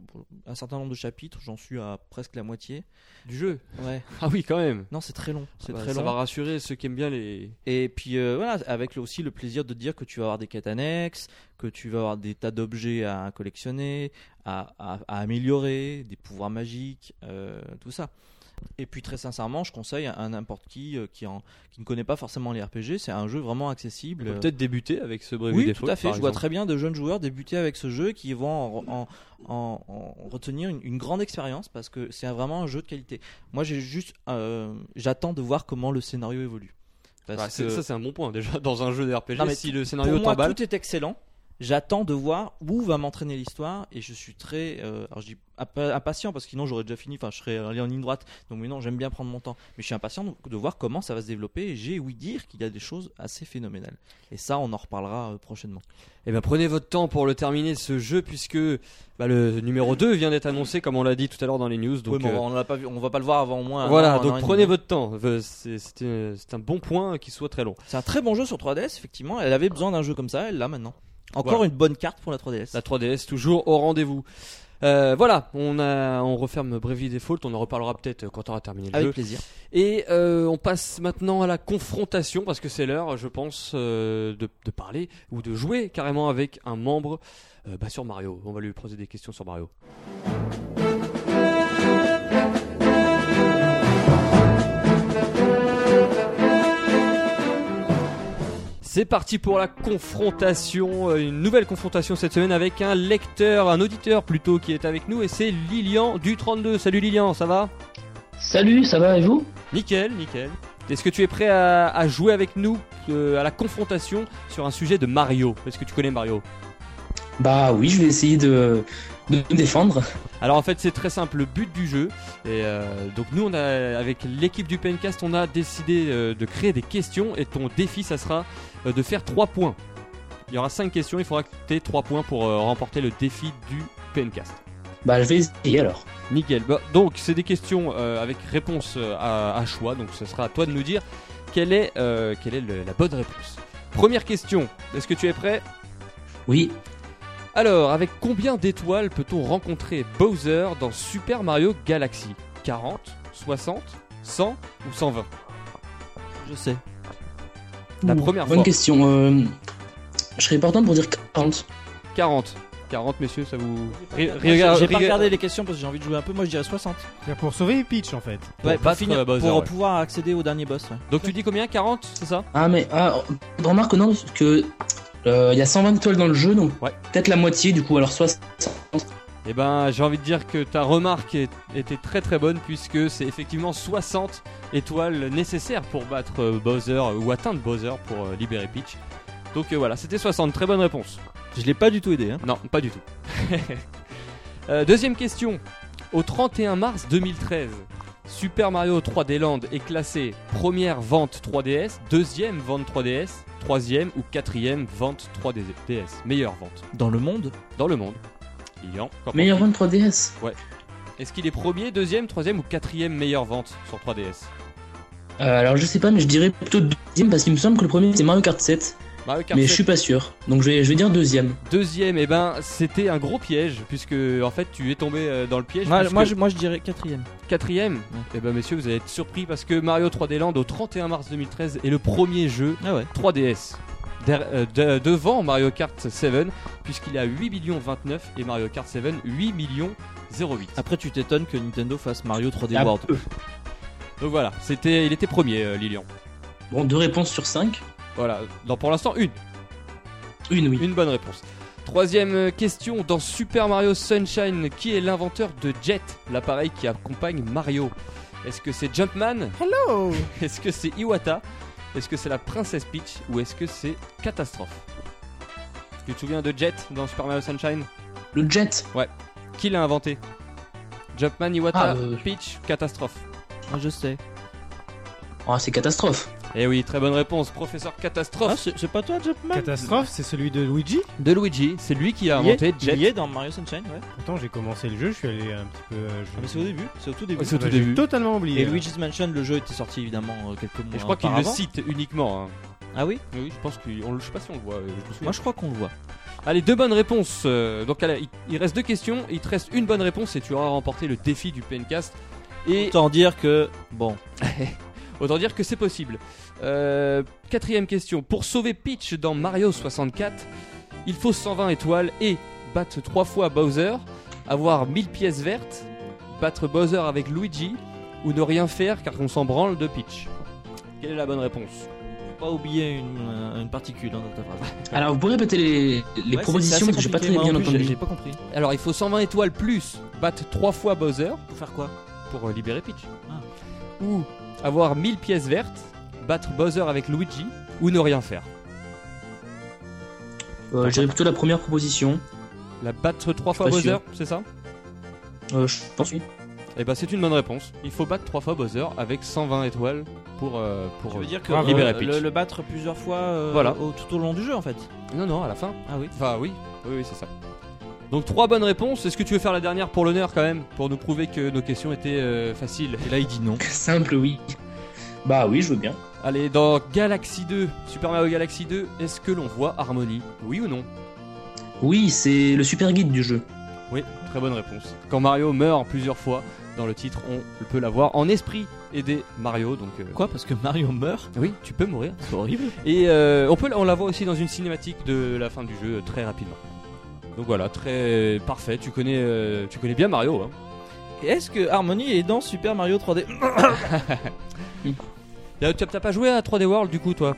Speaker 1: un certain nombre de chapitres, j'en suis à presque la moitié.
Speaker 2: Du jeu.
Speaker 1: Ouais.
Speaker 2: Ah oui, quand même.
Speaker 1: Non, c'est très long. C'est
Speaker 2: Bah,
Speaker 1: très
Speaker 2: ça
Speaker 1: long.
Speaker 2: va rassurer ceux qui aiment bien les.
Speaker 1: Et puis euh, voilà, avec le- aussi le plaisir de dire que tu vas avoir des quêtes annexes, que tu vas avoir des tas d'objets à collectionner, à, à- à améliorer, des pouvoirs magiques, euh, tout ça. Et puis très sincèrement, je conseille à à n'importe qui euh, qui, en- qui ne connaît pas forcément les RPG, c'est un jeu vraiment
Speaker 2: On
Speaker 1: accessible.
Speaker 2: peut peut-être débuter avec ce Bravely
Speaker 1: Oui,
Speaker 2: Default.
Speaker 1: tout à fait.
Speaker 2: par
Speaker 1: Je vois
Speaker 2: exemple.
Speaker 1: très bien de jeunes joueurs débuter avec ce jeu qui vont en, en- en- en retenir une, une grande expérience parce que c'est vraiment un jeu de qualité. Moi, j'ai juste, euh, j'attends de voir comment le scénario évolue. Parce
Speaker 2: Bah, c'est-
Speaker 1: que
Speaker 2: Ça, c'est un bon point déjà. Dans un jeu de RPG,
Speaker 1: Non, mais
Speaker 2: si le
Speaker 1: pour
Speaker 2: scénario
Speaker 1: moi,
Speaker 2: t'emballe.
Speaker 1: tout est excellent. J'attends de voir où va m'entraîner l'histoire et je suis très, euh, alors je dis imp- impatient parce que sinon j'aurais déjà fini. Enfin, je serais allé en ligne droite. Donc, mais non, j'aime bien prendre mon temps. Mais je suis impatient de, de voir comment ça va se développer. Et j'ai oui dire qu'il y a des choses assez phénoménales. Et ça, on en reparlera euh, prochainement.
Speaker 2: Eh ben prenez votre temps pour le terminer ce jeu puisque bah, le numéro 2 vient d'être annoncé comme on l'a dit tout à l'heure dans les news donc
Speaker 1: Oui, mais
Speaker 2: euh,
Speaker 1: on l'a pas vu- on va pas le voir avant au moins. un an,
Speaker 2: voilà
Speaker 1: un an
Speaker 2: donc
Speaker 1: et
Speaker 2: prenez
Speaker 1: demi.
Speaker 2: votre temps Euh, c'est c'est un c'est un bon point qui soit très long.
Speaker 1: C'est un très bon jeu sur 3DS, effectivement. Elle avait besoin d'un jeu comme ça, elle l'a maintenant. Encore
Speaker 2: Voilà.
Speaker 1: une bonne carte pour la 3DS.
Speaker 2: La 3DS toujours au rendez-vous. Euh, voilà, on, a, on referme Bravely Default, on en reparlera peut-être euh, quand on aura terminé le
Speaker 1: Avec
Speaker 2: jeu.
Speaker 1: plaisir.
Speaker 2: Et euh, on passe maintenant à la confrontation, parce que c'est l'heure, je pense, euh, de, de parler ou de jouer carrément avec un membre euh, bah, sur Mario. On va lui poser des questions sur Mario. C'est parti pour la confrontation, euh, une nouvelle confrontation cette semaine avec un lecteur, un auditeur plutôt qui est avec nous et c'est Lilian du 32. Salut Lilian, ça va
Speaker 5: Salut, ça va et vous
Speaker 2: Nickel, nickel. Est-ce que tu es prêt à, à jouer avec nous euh, à la confrontation sur un sujet de Mario Est-ce que tu connais Mario
Speaker 5: Bah oui, je vais essayer de, de me défendre.
Speaker 2: Alors en fait c'est très simple, le but du jeu. Et euh, donc nous on a avec l'équipe du PNcast on a décidé euh, de créer des questions et ton défi ça sera euh, de faire 3 points. Il y aura 5 questions, il faudra que tu aies 3 points pour euh, remporter le défi du PNcast.
Speaker 5: Bah je vais essayer alors.
Speaker 2: Nickel. Bah, donc, c'est des questions euh, avec réponse euh, à, à choix. Donc, ce sera à toi de nous dire quelle est, euh, quelle est le- la bonne réponse. Première question. Est-ce que tu es prêt
Speaker 5: Oui,
Speaker 2: Alors, avec combien d'étoiles peut-on rencontrer Bowser dans Super Mario Galaxy 40, 60, 100 ou 120
Speaker 1: Je sais.
Speaker 2: La
Speaker 5: Ouh,
Speaker 2: première
Speaker 5: bonne
Speaker 2: fois.
Speaker 5: question. euh, je serais partant pour dire 40.
Speaker 2: 40. 40, messieurs, ça vous. Ri-
Speaker 1: J'ai
Speaker 2: riga-
Speaker 1: j'ai pas
Speaker 2: riga-
Speaker 1: regardé les questions parce que j'ai envie de jouer un peu. Moi, je dirais 60.
Speaker 4: C'est-à-dire Pour sauver Peach en fait.
Speaker 2: Pour
Speaker 1: Ouais, pour
Speaker 2: battre,
Speaker 1: finir-
Speaker 2: euh, Bowser,
Speaker 1: pour
Speaker 2: ouais.
Speaker 1: pouvoir accéder au dernier boss. ouais.
Speaker 2: Donc tu dis combien 40, c'est ça
Speaker 5: Ah, mais ah, remarque que non, parce que euh, il y a 120 étoiles dans le jeu, donc
Speaker 2: Ouais.
Speaker 5: peut-être la moitié du coup, alors soit.
Speaker 2: Eh ben, j'ai envie de dire que ta remarque est- était très très bonne puisque c'est effectivement 60 étoiles nécessaires pour battre euh, Bowser euh, ou atteindre Bowser pour euh, libérer Peach. Donc euh, voilà, c'était 60, très bonne réponse.
Speaker 1: Je l'ai pas du tout aidé. Hein.
Speaker 2: Non, pas du tout. Euh, deuxième question. Au 31 mars 2013, Super Mario 3D Land est classé première vente 3DS, deuxième vente 3DS, troisième ou quatrième vente 3DS. Meilleure vente
Speaker 1: Dans le monde,
Speaker 2: dans le monde. Lilian, qu'en
Speaker 5: Meilleur
Speaker 2: penses-tu
Speaker 5: vente 3DS.
Speaker 2: Est-ce qu'il est premier, deuxième, troisième ou quatrième meilleure vente sur 3DS
Speaker 5: Euh, alors je sais pas, mais je dirais plutôt deuxième parce qu'il me semble que le premier c'est Mario Kart 7,
Speaker 2: Mario Kart
Speaker 5: mais je
Speaker 2: 7,
Speaker 5: suis pas sûr. Donc je vais, je vais dire deuxième.
Speaker 2: Bah, deuxième, et ben c'était un gros piège puisque en fait tu es tombé euh, dans le piège.
Speaker 1: moi,
Speaker 2: puisque
Speaker 1: moi, je, moi je dirais quatrième.
Speaker 2: quatrième. Et ben messieurs, vous allez être surpris parce que Mario 3D Land au 31 mars 2013 est le premier jeu
Speaker 1: Ah ouais.
Speaker 2: 3DS. Der- euh, de- devant Mario Kart 7 puisqu'il a 8 millions 29 et Mario Kart 7 8 millions 08.
Speaker 1: Après, tu t'étonnes que Nintendo fasse Mario 3D
Speaker 5: Ah,
Speaker 1: World.
Speaker 5: peu.
Speaker 2: Donc voilà, c'était il était premier euh, Lilian.
Speaker 5: Bon, deux réponses sur cinq.
Speaker 2: Voilà, dans, pour l'instant une.
Speaker 5: Une, oui.
Speaker 2: Une bonne réponse. Troisième euh, question, dans Super Mario Sunshine, qui est l'inventeur de Jet, l'appareil qui accompagne Mario Est-ce que c'est Jumpman
Speaker 4: Hello
Speaker 2: Est-ce que c'est Iwata Est-ce que c'est la princesse Peach Ou est-ce que c'est Catastrophe Tu te souviens de Jet dans Super Mario Sunshine
Speaker 5: Le jet.
Speaker 2: Qui l'a inventé Jumpman, Iwata,
Speaker 5: Ah, euh,
Speaker 2: Peach, Catastrophe
Speaker 1: Ah, je sais.
Speaker 5: Oh, c'est catastrophe.
Speaker 2: Eh oui, très bonne réponse, professeur Catastrophe
Speaker 1: Ah, c'est c'est pas toi, Jumpman
Speaker 4: Catastrophe, c'est celui de Luigi
Speaker 2: Ah, de Luigi. C'est lui qui a
Speaker 1: Il y est-
Speaker 2: inventé Jet.
Speaker 1: Il y est dans Mario Sunshine, ouais.
Speaker 4: Pourtant j'ai commencé le jeu, je suis allé un petit peu. euh, je-
Speaker 1: Ah, mais c'est au début. C'est au tout début.
Speaker 2: Ouais, c'est au tout
Speaker 4: Ah bah, j'ai
Speaker 2: début.
Speaker 4: Totalement
Speaker 1: Et
Speaker 4: oublié.
Speaker 1: Luigi's Mansion, le jeu était sorti évidemment euh, quelques mois.
Speaker 2: Et je crois qu'il le
Speaker 1: auparavant.
Speaker 2: cite uniquement. hein.
Speaker 1: Ah oui
Speaker 2: Oui, je pense qu'il. on le- Je sais pas si on le voit. euh, je me souviens
Speaker 1: Moi, je crois qu'on le voit.
Speaker 2: Allez, deux bonnes réponses. Euh, donc allez, il, il reste deux questions, il te reste une bonne réponse et tu auras remporté le défi du PNcast. Et
Speaker 1: Autant dire que. Bon.
Speaker 2: autant dire que c'est possible. Euh, quatrième question. Pour sauver Peach dans Mario 64, il faut 120 étoiles et battre trois fois Bowser, avoir 1000 pièces vertes, battre Bowser avec Luigi ou ne rien faire car on s'en branle de Peach. Quelle est la bonne réponse
Speaker 1: faut Pas oublier une, euh, une particule hein, dans ta phrase.
Speaker 5: Alors vous pouvez répéter les, les
Speaker 1: Ouais, c'est- c'est
Speaker 5: propositions
Speaker 1: assez
Speaker 5: parce que j'ai pas très
Speaker 1: compliqué, moi,
Speaker 5: bien
Speaker 1: en plus, j'ai-
Speaker 5: entendu.
Speaker 1: J'ai pas compris.
Speaker 2: Alors il faut 120 étoiles plus battre trois fois Bowser.
Speaker 1: Pour faire quoi
Speaker 2: pour euh, libérer Peach.
Speaker 1: Ah.
Speaker 2: Ou avoir 1000 pièces vertes, battre Bowser avec Luigi, ou ne rien faire.
Speaker 5: Euh, J'irai plutôt la première proposition.
Speaker 2: La battre trois fois
Speaker 5: pas
Speaker 2: Bowser,
Speaker 5: sûr.
Speaker 2: c'est ça
Speaker 5: Euh, je pense oui.
Speaker 2: Eh ben c'est une bonne réponse. Il faut battre trois fois Bowser avec 120 étoiles pour euh, pour
Speaker 1: Tu veux
Speaker 2: euh,
Speaker 1: dire que
Speaker 2: pour libérer
Speaker 1: euh,
Speaker 2: Peach.
Speaker 1: le, le battre plusieurs fois euh,
Speaker 2: Voilà.
Speaker 1: au- tout au long du jeu en fait.
Speaker 2: Non non, à la fin.
Speaker 1: Ah oui.
Speaker 2: Enfin oui, oui oui, c'est ça. Donc trois bonnes réponses. Est-ce que tu veux faire la dernière pour l'honneur quand même, pour nous prouver que nos questions étaient euh, faciles
Speaker 1: Et là il dit non.
Speaker 5: Simple, oui. Bah oui, je veux bien.
Speaker 2: Allez, dans Galaxy 2, Super Mario Galaxy 2, est-ce que l'on voit Harmony Oui ou non
Speaker 5: Oui, c'est le super guide du jeu.
Speaker 2: Oui, très bonne réponse. Quand Mario meurt plusieurs fois dans le titre, on peut l'avoir en esprit aider Mario. Donc euh,
Speaker 1: Quoi Parce que Mario meurt
Speaker 2: Oui, tu peux mourir.
Speaker 1: C'est horrible.
Speaker 2: Et euh, on peut, on la voit aussi dans une cinématique de la fin du jeu euh, très rapidement. Donc voilà, très parfait. Tu connais, euh, tu connais bien Mario. hein.
Speaker 1: Et Est-ce que Harmony est dans Super Mario 3D
Speaker 2: Là, tu T'as pas joué à 3D World du coup, toi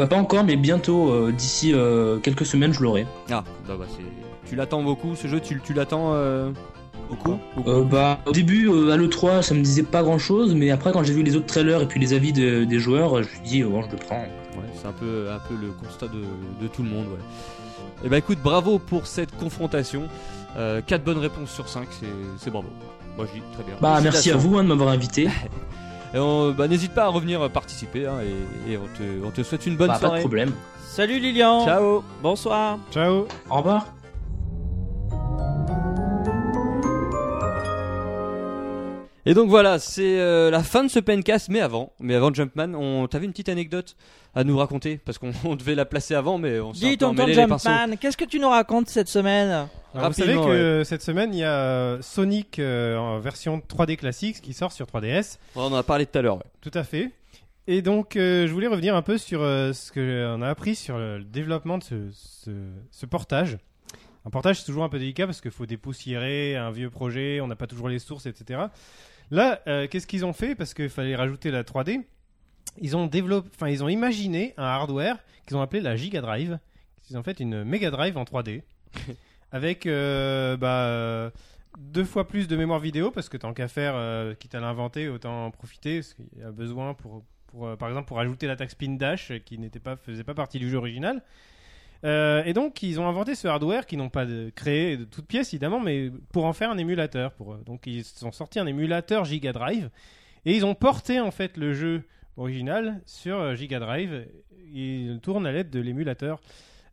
Speaker 5: Euh, pas encore, mais bientôt, euh, d'ici euh, quelques semaines, je l'aurai.
Speaker 2: Ah, bah, bah, c'est- Tu l'attends beaucoup ce jeu. Tu, tu l'attends euh,
Speaker 1: Beaucoup.
Speaker 2: beaucoup.
Speaker 5: Euh, bah, au début, euh, à l'E3, ça me disait pas grand chose, mais après, quand j'ai vu les autres trailers et puis les avis de- des joueurs, euh, je me suis dit, bon, je le prends.
Speaker 2: Ouais, c'est un peu, un peu le constat de, de tout le monde. Ouais. Et bah écoute, bravo pour cette confrontation. 4 bonnes réponses sur 5, c'est c'est bravo. Moi je dis très bien.
Speaker 5: Bah, merci à
Speaker 2: Félicitations.
Speaker 5: vous hein, de m'avoir invité.
Speaker 2: Et on- bah, N'hésite pas à revenir euh, participer hein, et, et on, te, on te souhaite une bonne
Speaker 5: Bah, pas de
Speaker 2: soirée.
Speaker 5: problème.
Speaker 1: Salut Lilian.
Speaker 2: Ciao
Speaker 1: Bonsoir.
Speaker 4: hein. Ciao
Speaker 5: Au revoir.
Speaker 2: Et donc voilà, c'est euh, la fin de ce pencast, mais avant, mais avant Jumpman, on t'avait une petite anecdote à nous raconter, parce qu'on on devait la placer avant, mais on s'est un
Speaker 1: Dis
Speaker 2: peu
Speaker 1: ton
Speaker 2: emmêlé les pinceaux.
Speaker 1: Jumpman, qu'est-ce que tu nous racontes cette semaine
Speaker 4: Alors, vous savez
Speaker 2: Rapidement,
Speaker 4: que cette semaine, il y a euh, Sonic euh, en version 3D classique qui sort sur 3DS.
Speaker 2: On en a parlé tout à l'heure. ouais.
Speaker 4: Tout à fait. Et donc, euh, je voulais revenir un peu sur euh, ce qu'on a appris sur le développement de ce, ce- ce portage. Un portage, c'est toujours un peu délicat parce qu'il faut dépoussiérer un vieux projet, on n'a pas toujours les sources, etc. Là, euh, qu'est-ce qu'ils ont fait Parce qu'il fallait rajouter la 3D. Ils ont, développé, enfin, ils ont imaginé un hardware qu'ils ont appelé la Giga Drive. C'est en fait une Mega Drive en 3D. avec euh, bah, euh, deux fois plus de mémoire vidéo, parce que tant qu'à faire, euh, quitte à l'inventer, autant en profiter, parce qu'il y a besoin pour, pour, euh, par exemple, pour ajouter l'attaque Spin Dash, euh, qui n'était pas, faisait pas partie du jeu original. Euh, et donc, ils ont inventé ce hardware qu'ils n'ont pas de- créé de toutes pièces, évidemment, mais pour en faire un émulateur. Pour, euh, donc, ils ont sorti un émulateur Giga Drive et ils ont porté en fait le jeu original sur euh, Giga Drive. Il tourne à l'aide de l'émulateur.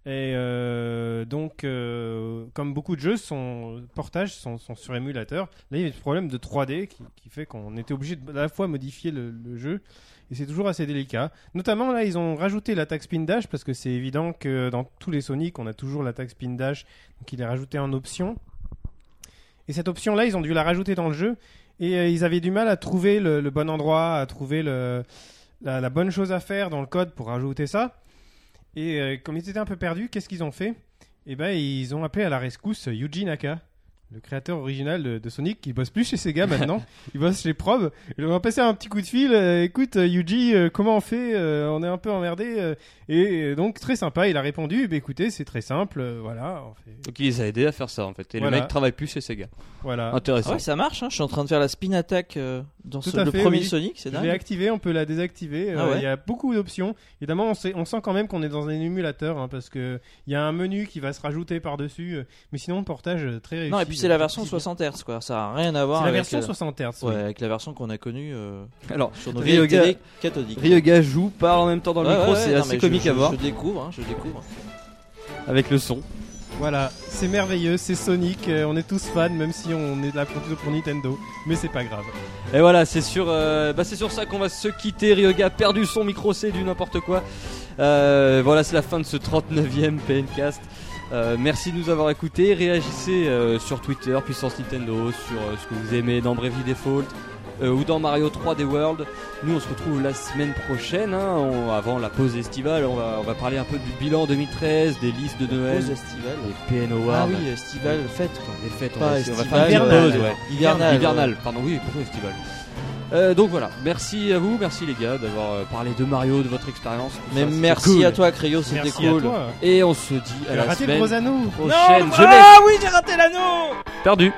Speaker 4: Et euh, donc, euh, comme beaucoup de jeux, son portage sont, sont sur émulateur. Là, il y a ce problème de 3D qui, qui fait qu'on était obligé de à la fois modifier le, le jeu et c'est toujours assez délicat. Notamment, là, ils ont rajouté l'attaque spin dash parce que c'est évident que dans tous les Sonic, on a toujours l'attaque spin dash. Donc, il est rajouté en option. Et cette option-là, ils ont dû la rajouter dans le jeu. Et euh, ils avaient du mal à trouver le, le bon endroit, à trouver le, la, la bonne chose à faire dans le code pour rajouter ça. Et euh, comme ils étaient un peu perdus, qu'est-ce qu'ils ont fait Eh ben, ils ont appelé à la rescousse Yuji Naka, le créateur original de, de Sonic, qui bosse plus chez Sega maintenant, il bosse chez Probe. Ils leur ont passé un petit coup de fil. euh, Écoute, euh, Yuji, euh, comment on fait Euh, On est un peu emmerdé. euh. et euh, donc très sympa, il a répondu. Bah, écoutez, c'est très simple. euh, voilà, on fait.
Speaker 2: Donc il les a aidés à faire ça en fait. Et
Speaker 4: Voilà.
Speaker 2: le mec travaille plus chez Sega.
Speaker 4: Voilà.
Speaker 1: Ah
Speaker 2: Intéressant.
Speaker 1: ouais, ça marche, hein, je suis en train de faire la spin attack euh, dans
Speaker 4: Tout
Speaker 1: ce-
Speaker 4: à
Speaker 1: le
Speaker 4: fait,
Speaker 1: premier
Speaker 4: oui.
Speaker 1: Sonic, c'est
Speaker 4: Je l'ai
Speaker 1: dingue.
Speaker 4: activé, on peut la désactiver.
Speaker 1: Ah
Speaker 4: Euh,
Speaker 1: ouais
Speaker 4: Il y a beaucoup d'options. Évidemment, on, sait- on sent quand même qu'on est dans un émulateur hein, parce que il y a un menu qui va se rajouter par-dessus. euh, Mais sinon, le portage euh, très réussi.
Speaker 1: Non, et puis c'est la
Speaker 4: euh,
Speaker 1: version
Speaker 4: petit-
Speaker 1: 60 Hz quoi, ça a rien à voir
Speaker 4: C'est la
Speaker 1: avec
Speaker 4: version
Speaker 1: euh,
Speaker 4: 60 Hz.
Speaker 1: ouais, avec la version qu'on a connue euh,
Speaker 2: Alors,
Speaker 1: sur nos vieilles
Speaker 2: Ryoga-
Speaker 1: télé cathodiques.
Speaker 2: Ryoga joue, parle en même temps dans le
Speaker 1: Ouais,
Speaker 2: micro,
Speaker 1: ouais,
Speaker 2: c'est
Speaker 1: non, mais
Speaker 2: assez
Speaker 1: je-
Speaker 2: comique
Speaker 1: je-
Speaker 2: à voir.
Speaker 1: Je découvre, hein, je découvre.
Speaker 2: Avec le son.
Speaker 4: Voilà, c'est merveilleux, c'est Sonic. euh, on est tous fans, même si on est là pour, pour Nintendo. Mais c'est pas grave.
Speaker 2: Et voilà, c'est sur, euh, bah, c'est sur ça qu'on va se quitter. Ryoga a perdu son micro, c'est du n'importe quoi. Euh, voilà, c'est la fin de ce 39e PNcast. Euh, merci de nous avoir écoutés. Réagissez euh, sur Twitter, Puissance Nintendo, sur euh, ce que vous aimez dans Bravely Default euh, ou dans Mario 3D World. Nous, on se retrouve la semaine prochaine, hein, on- avant la pause estivale. On va, on va parler un peu du bilan 2013, des listes de Noël,
Speaker 1: Pause estivale.
Speaker 2: des PN
Speaker 1: Ah
Speaker 2: Awards.
Speaker 1: oui, estivale, fête quoi.
Speaker 2: Les fêtes, on
Speaker 1: Pas
Speaker 2: va, essayer- on va
Speaker 1: estivale,
Speaker 2: faire une
Speaker 4: hivernale.
Speaker 2: pause, ouais.
Speaker 1: Hivernale,
Speaker 2: Hivernale, pardon, oui, pourquoi estival Euh, donc voilà, merci à vous, merci les gars d'avoir euh, parlé de Mario, de votre expérience. tout
Speaker 1: Mais
Speaker 2: ça, c'était
Speaker 1: merci
Speaker 2: cool.
Speaker 1: à toi, Cryo, c'était
Speaker 4: Merci
Speaker 1: cool.
Speaker 4: à toi.
Speaker 2: Et on se dit à
Speaker 4: Tu as
Speaker 2: la
Speaker 4: raté le
Speaker 2: semaine
Speaker 4: gros anneau.
Speaker 2: prochaine. Je l'ai
Speaker 1: ah oui, j'ai raté l'anneau
Speaker 2: perdu.